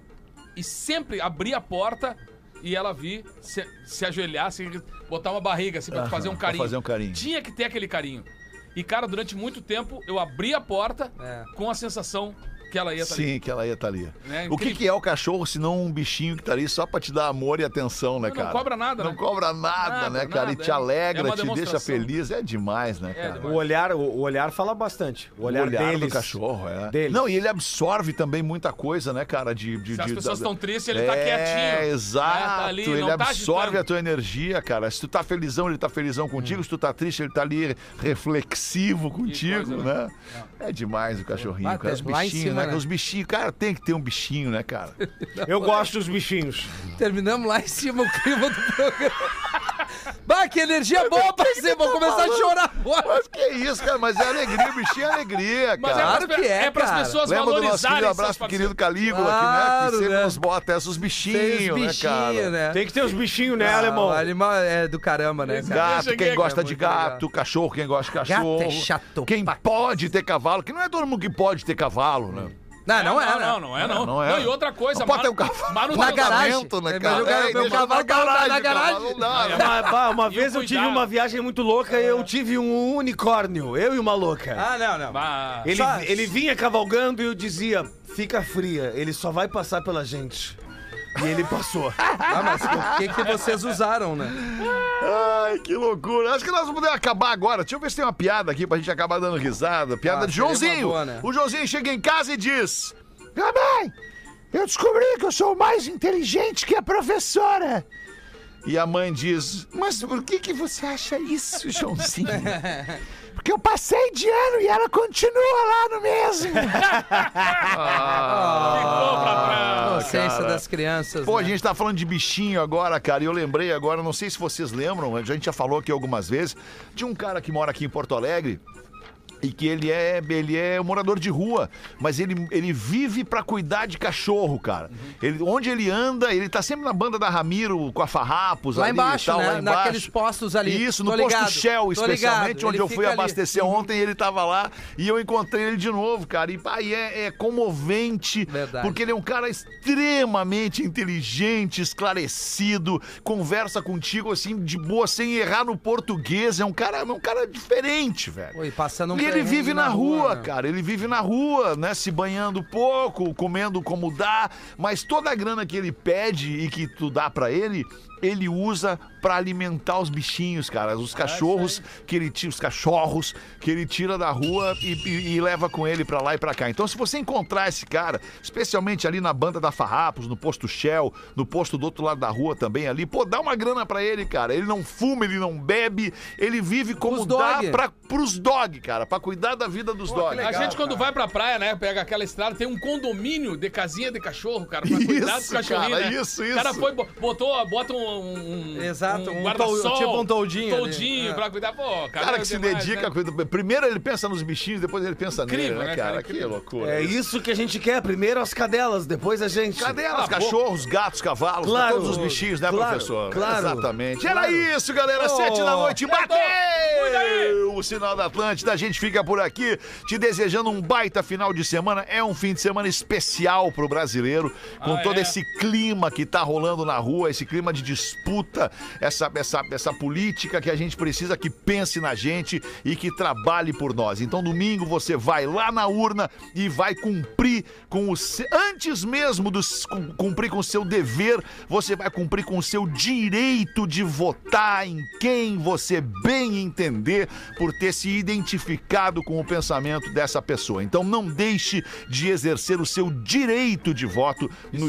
Speaker 4: e sempre abrir a porta e ela vir se, se ajoelhar, assim, botar uma barriga, assim, pra tu fazer um
Speaker 3: pra
Speaker 4: carinho.
Speaker 3: fazer um carinho.
Speaker 4: Tinha que ter aquele carinho. E, cara, durante muito tempo, eu abri a porta
Speaker 6: É.
Speaker 4: com a sensação que ela ia tá ali.
Speaker 3: Sim, que ela ia estar ali.
Speaker 4: É,
Speaker 3: o que,
Speaker 4: incrível.
Speaker 3: que é o cachorro se não um bichinho que tá ali só pra te dar amor e atenção, né,
Speaker 4: Não
Speaker 3: cara?
Speaker 4: cobra nada,
Speaker 3: Não
Speaker 4: né?
Speaker 3: cobra nada,
Speaker 4: Nada,
Speaker 3: né, cara? e
Speaker 4: nada,
Speaker 3: te
Speaker 4: é- é
Speaker 3: alegra,
Speaker 4: uma
Speaker 3: te deixa
Speaker 4: demonstração.
Speaker 3: feliz. É demais, né, cara?
Speaker 4: demais.
Speaker 5: O olhar, o, o olhar fala bastante. O
Speaker 3: O
Speaker 5: olhar, deles.
Speaker 3: do cachorro, é.
Speaker 5: Deles.
Speaker 3: Não, e ele absorve também muita coisa, né, cara? De, de,
Speaker 4: Se as
Speaker 3: de-
Speaker 4: pessoas
Speaker 3: da- É,
Speaker 4: estão tristes, ele tá quietinho,
Speaker 3: Exato.
Speaker 4: né? Tá ali,
Speaker 3: ele
Speaker 4: não tá
Speaker 3: absorve
Speaker 4: agitando. Hum.
Speaker 3: a tua energia, cara. Se tu tá felizão, ele tá felizão contigo. Se tu tá triste, ele tá ali reflexivo contigo,
Speaker 4: coisa,
Speaker 3: né? É demais o cachorrinho,
Speaker 6: Bate-
Speaker 3: cara. Os
Speaker 6: Ah, lá em
Speaker 3: bichinhos,
Speaker 6: cima,
Speaker 3: né?
Speaker 6: né?
Speaker 3: Os bichinhos, cara, tem que ter um bichinho, né, cara?
Speaker 5: Eu gosto dos bichinhos.
Speaker 6: Terminamos lá em cima o clima do programa. bah, que energia boa pra
Speaker 4: tá
Speaker 6: ser. Vou começar a chorar agora.
Speaker 3: Mas que isso, cara? Mas é alegria, o bichinho é alegria,
Speaker 4: Mas
Speaker 3: cara.
Speaker 6: Claro
Speaker 4: é, pras,
Speaker 6: que é,
Speaker 4: é pras
Speaker 6: cara.
Speaker 4: pessoas
Speaker 3: Lembra do nosso
Speaker 4: valorizarem
Speaker 3: querido
Speaker 4: seus
Speaker 3: abraço pro
Speaker 4: parceiros.
Speaker 3: querido Calígula, que, né,
Speaker 6: Claro,
Speaker 3: que sempre
Speaker 6: né?
Speaker 3: nos bota esses
Speaker 6: Seis
Speaker 3: bichinhos, né, cara?
Speaker 6: bichinhos, né?
Speaker 5: Tem que ter os bichinhos, né,
Speaker 6: Ah,
Speaker 5: alemão?
Speaker 6: O animal é do caramba, né, cara?
Speaker 3: Gato,
Speaker 4: cheguei,
Speaker 3: quem
Speaker 4: cara,
Speaker 3: gosta
Speaker 6: é
Speaker 3: de
Speaker 6: muito
Speaker 3: gato, cachorro, quem gosta de cachorro.
Speaker 6: é chato
Speaker 3: Quem
Speaker 6: pra
Speaker 3: pode ter cavalo, que não é todo mundo que pode ter cavalo, né?
Speaker 6: Não, não é, né?
Speaker 4: Não, não é, não.
Speaker 3: Não é.
Speaker 4: Não, e outra coisa,
Speaker 3: Não pode ter um
Speaker 4: manu-
Speaker 3: cavalo.
Speaker 6: Na
Speaker 4: manutenção-
Speaker 6: garagem.
Speaker 3: Lamento, né,
Speaker 6: É,
Speaker 3: cara?
Speaker 6: mas eu quero-
Speaker 3: É,
Speaker 6: meu
Speaker 3: deixa
Speaker 6: cavalo tá na
Speaker 3: garagem,
Speaker 6: garagem.
Speaker 3: cavalo, não dá, né?
Speaker 5: Mas, bah, É uma
Speaker 4: E
Speaker 5: vez eu tive
Speaker 4: cuidado.
Speaker 5: uma viagem muito louca e eu tive um unicórnio, eu e uma louca.
Speaker 6: Ah, não, não.
Speaker 4: Bah,
Speaker 5: Ele,
Speaker 6: só-
Speaker 5: ele vinha cavalgando e eu dizia, fica fria, ele só vai passar pela gente. E ele passou.
Speaker 6: Ah, mas o que, que vocês usaram, né?
Speaker 3: Ai, que loucura. Acho que nós podemos acabar agora. Deixa eu ver se tem uma piada aqui pra gente acabar dando risada. Piada
Speaker 6: Ah,
Speaker 3: de
Speaker 6: seria uma
Speaker 3: Joãozinho.
Speaker 6: boa, né?
Speaker 3: O Joãozinho chega em casa e diz: Minha Ah, mãe, eu descobri que eu sou mais inteligente que a professora. E a mãe diz: Mas por que, que você acha isso, Joãozinho? Porque eu passei de ano e ela continua lá no mesmo.
Speaker 4: ficou pra trás.
Speaker 6: Inocência das crianças.
Speaker 3: Pô, a
Speaker 6: né?
Speaker 3: gente tá falando de bichinho agora, cara, e eu lembrei agora, não sei se vocês lembram, a gente já falou aqui algumas vezes, de um cara que mora aqui em Porto Alegre. E que ele é, ele é um morador de rua, mas ele, ele vive pra cuidar de cachorro, cara.
Speaker 6: Uhum.
Speaker 3: Ele, onde ele anda, ele tá sempre na banda da Ramiro, com a Farrapos,
Speaker 6: Lá
Speaker 3: ali
Speaker 6: embaixo,
Speaker 3: e tal,
Speaker 6: né?
Speaker 3: lá embaixo.
Speaker 6: Naqueles postos ali.
Speaker 3: Isso,
Speaker 6: Tô
Speaker 3: no
Speaker 6: ligado,
Speaker 3: posto Shell,
Speaker 6: tô
Speaker 3: especialmente,
Speaker 6: ligado.
Speaker 3: onde
Speaker 6: Ele
Speaker 3: eu fui
Speaker 6: fica ali. Uhum.
Speaker 3: abastecer ontem, ele tava lá e eu encontrei ele de novo, cara. E pai, é, é comovente,
Speaker 6: Verdade.
Speaker 3: porque ele é um cara extremamente inteligente, esclarecido, conversa contigo assim de boa, sem errar no português. É um cara, é um cara diferente, velho.
Speaker 6: Oi, passando
Speaker 3: E
Speaker 6: um
Speaker 3: ele
Speaker 6: perrengue
Speaker 3: vive na, rua,
Speaker 6: né?
Speaker 3: cara. Ele vive na rua, né? Se banhando pouco, comendo como dá, mas toda a grana que ele pede e que tu dá pra ele, ele usa pra alimentar os bichinhos, cara.
Speaker 6: Ah,
Speaker 3: Os cachorros que ele tira, os cachorros que ele tira da rua e, e- e leva com ele pra lá e pra cá. Então, se você encontrar esse cara, especialmente ali na banda da Farrapos, no posto Shell, no posto do outro lado da rua também ali, pô, dá uma grana pra ele, cara. Ele não fuma, ele não bebe, ele vive como
Speaker 6: Os
Speaker 3: dá
Speaker 6: dog.
Speaker 3: pra pros dog, cara, pra cuidar da vida dos dog.
Speaker 4: a gente, quando vai pra praia, né? Pega aquela estrada, tem um condomínio de casinha de cachorro, cara, pra cuidar dos
Speaker 3: Isso,
Speaker 4: cachorrinhos.
Speaker 3: cara,
Speaker 4: né?
Speaker 3: isso,
Speaker 4: O cara
Speaker 3: isso.
Speaker 4: foi, bo- botou, bota um. um
Speaker 6: Exato, um
Speaker 4: guarda-sol,
Speaker 6: tol- tipo um toldinho ali.
Speaker 4: Toldinho
Speaker 6: É.
Speaker 4: pra cuidar. Pô, cara,
Speaker 3: Cara
Speaker 4: é
Speaker 3: que se
Speaker 4: demais,
Speaker 3: dedica
Speaker 4: né?
Speaker 3: a cuidar. Primeiro ele pensa nos bichinhos, depois ele pensa nele,
Speaker 4: Incrível,
Speaker 3: né,
Speaker 4: né,
Speaker 3: cara?
Speaker 4: cara?
Speaker 3: Que
Speaker 4: Incrível.
Speaker 3: loucura.
Speaker 5: É isso que a gente quer, primeiro as cadelas, depois a gente. Tá
Speaker 4: Ah,
Speaker 3: Cadelas, cachorros, gatos, cavalos,
Speaker 5: Claro.
Speaker 3: todos os bichinhos, né,
Speaker 5: Claro,
Speaker 3: professor?
Speaker 5: claro.
Speaker 3: Exatamente. Era isso, galera. Sete da noite, bateu!
Speaker 4: Cuida aí!
Speaker 3: O se final da Atlântida. A gente fica por aqui te desejando um baita final de semana. É um fim de semana especial pro brasileiro, com
Speaker 4: Ah,
Speaker 3: todo
Speaker 4: é?
Speaker 3: esse clima que tá rolando na rua, esse clima de disputa, essa, essa, essa política que a gente precisa que pense na gente e que trabalhe por nós. Então, domingo você vai lá na urna e vai cumprir com o se- antes mesmo do s- cum- cumprir com o seu dever, você vai cumprir com o seu direito de votar em quem você bem entender por ter se identificado com o pensamento dessa pessoa. Então não deixe de exercer o seu direito de voto no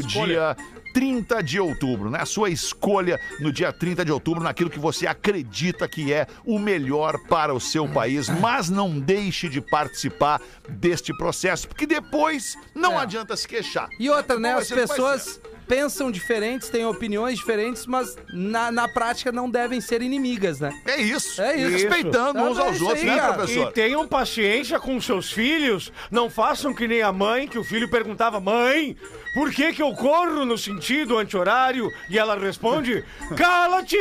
Speaker 3: dia
Speaker 4: Escolha.
Speaker 3: 30 de outubro, né? A sua escolha no dia 30 de outubro, naquilo que você acredita que é o melhor para o seu país, mas não deixe de participar deste processo, porque depois não adianta se queixar.
Speaker 6: É. E outra, né?
Speaker 3: Bom,
Speaker 6: As
Speaker 3: esse vai
Speaker 6: pessoas pensam diferentes, têm opiniões diferentes, mas na, na prática não devem ser inimigas, né?
Speaker 3: É isso.
Speaker 6: É isso.
Speaker 3: Respeitando
Speaker 6: Ah,
Speaker 3: uns
Speaker 6: mas é
Speaker 3: aos
Speaker 6: isso
Speaker 3: outros,
Speaker 6: aí,
Speaker 3: né,
Speaker 6: cara.
Speaker 5: E
Speaker 3: professor?
Speaker 5: tenham paciência com seus filhos. Não façam que nem a mãe, que o filho perguntava: Mãe, por que, que eu corro no sentido anti-horário? E ela responde: Cala-te,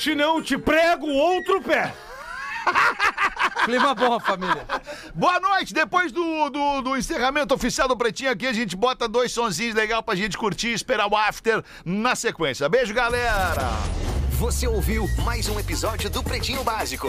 Speaker 5: senão te prego outro pé.
Speaker 6: Clima bom, família.
Speaker 3: Boa noite. Depois do, do, do encerramento oficial do Pretinho aqui, a gente bota dois sonzinhos legal pra gente curtir e esperar o after na sequência. Beijo, galera.
Speaker 10: Você ouviu mais um episódio do Pretinho Básico.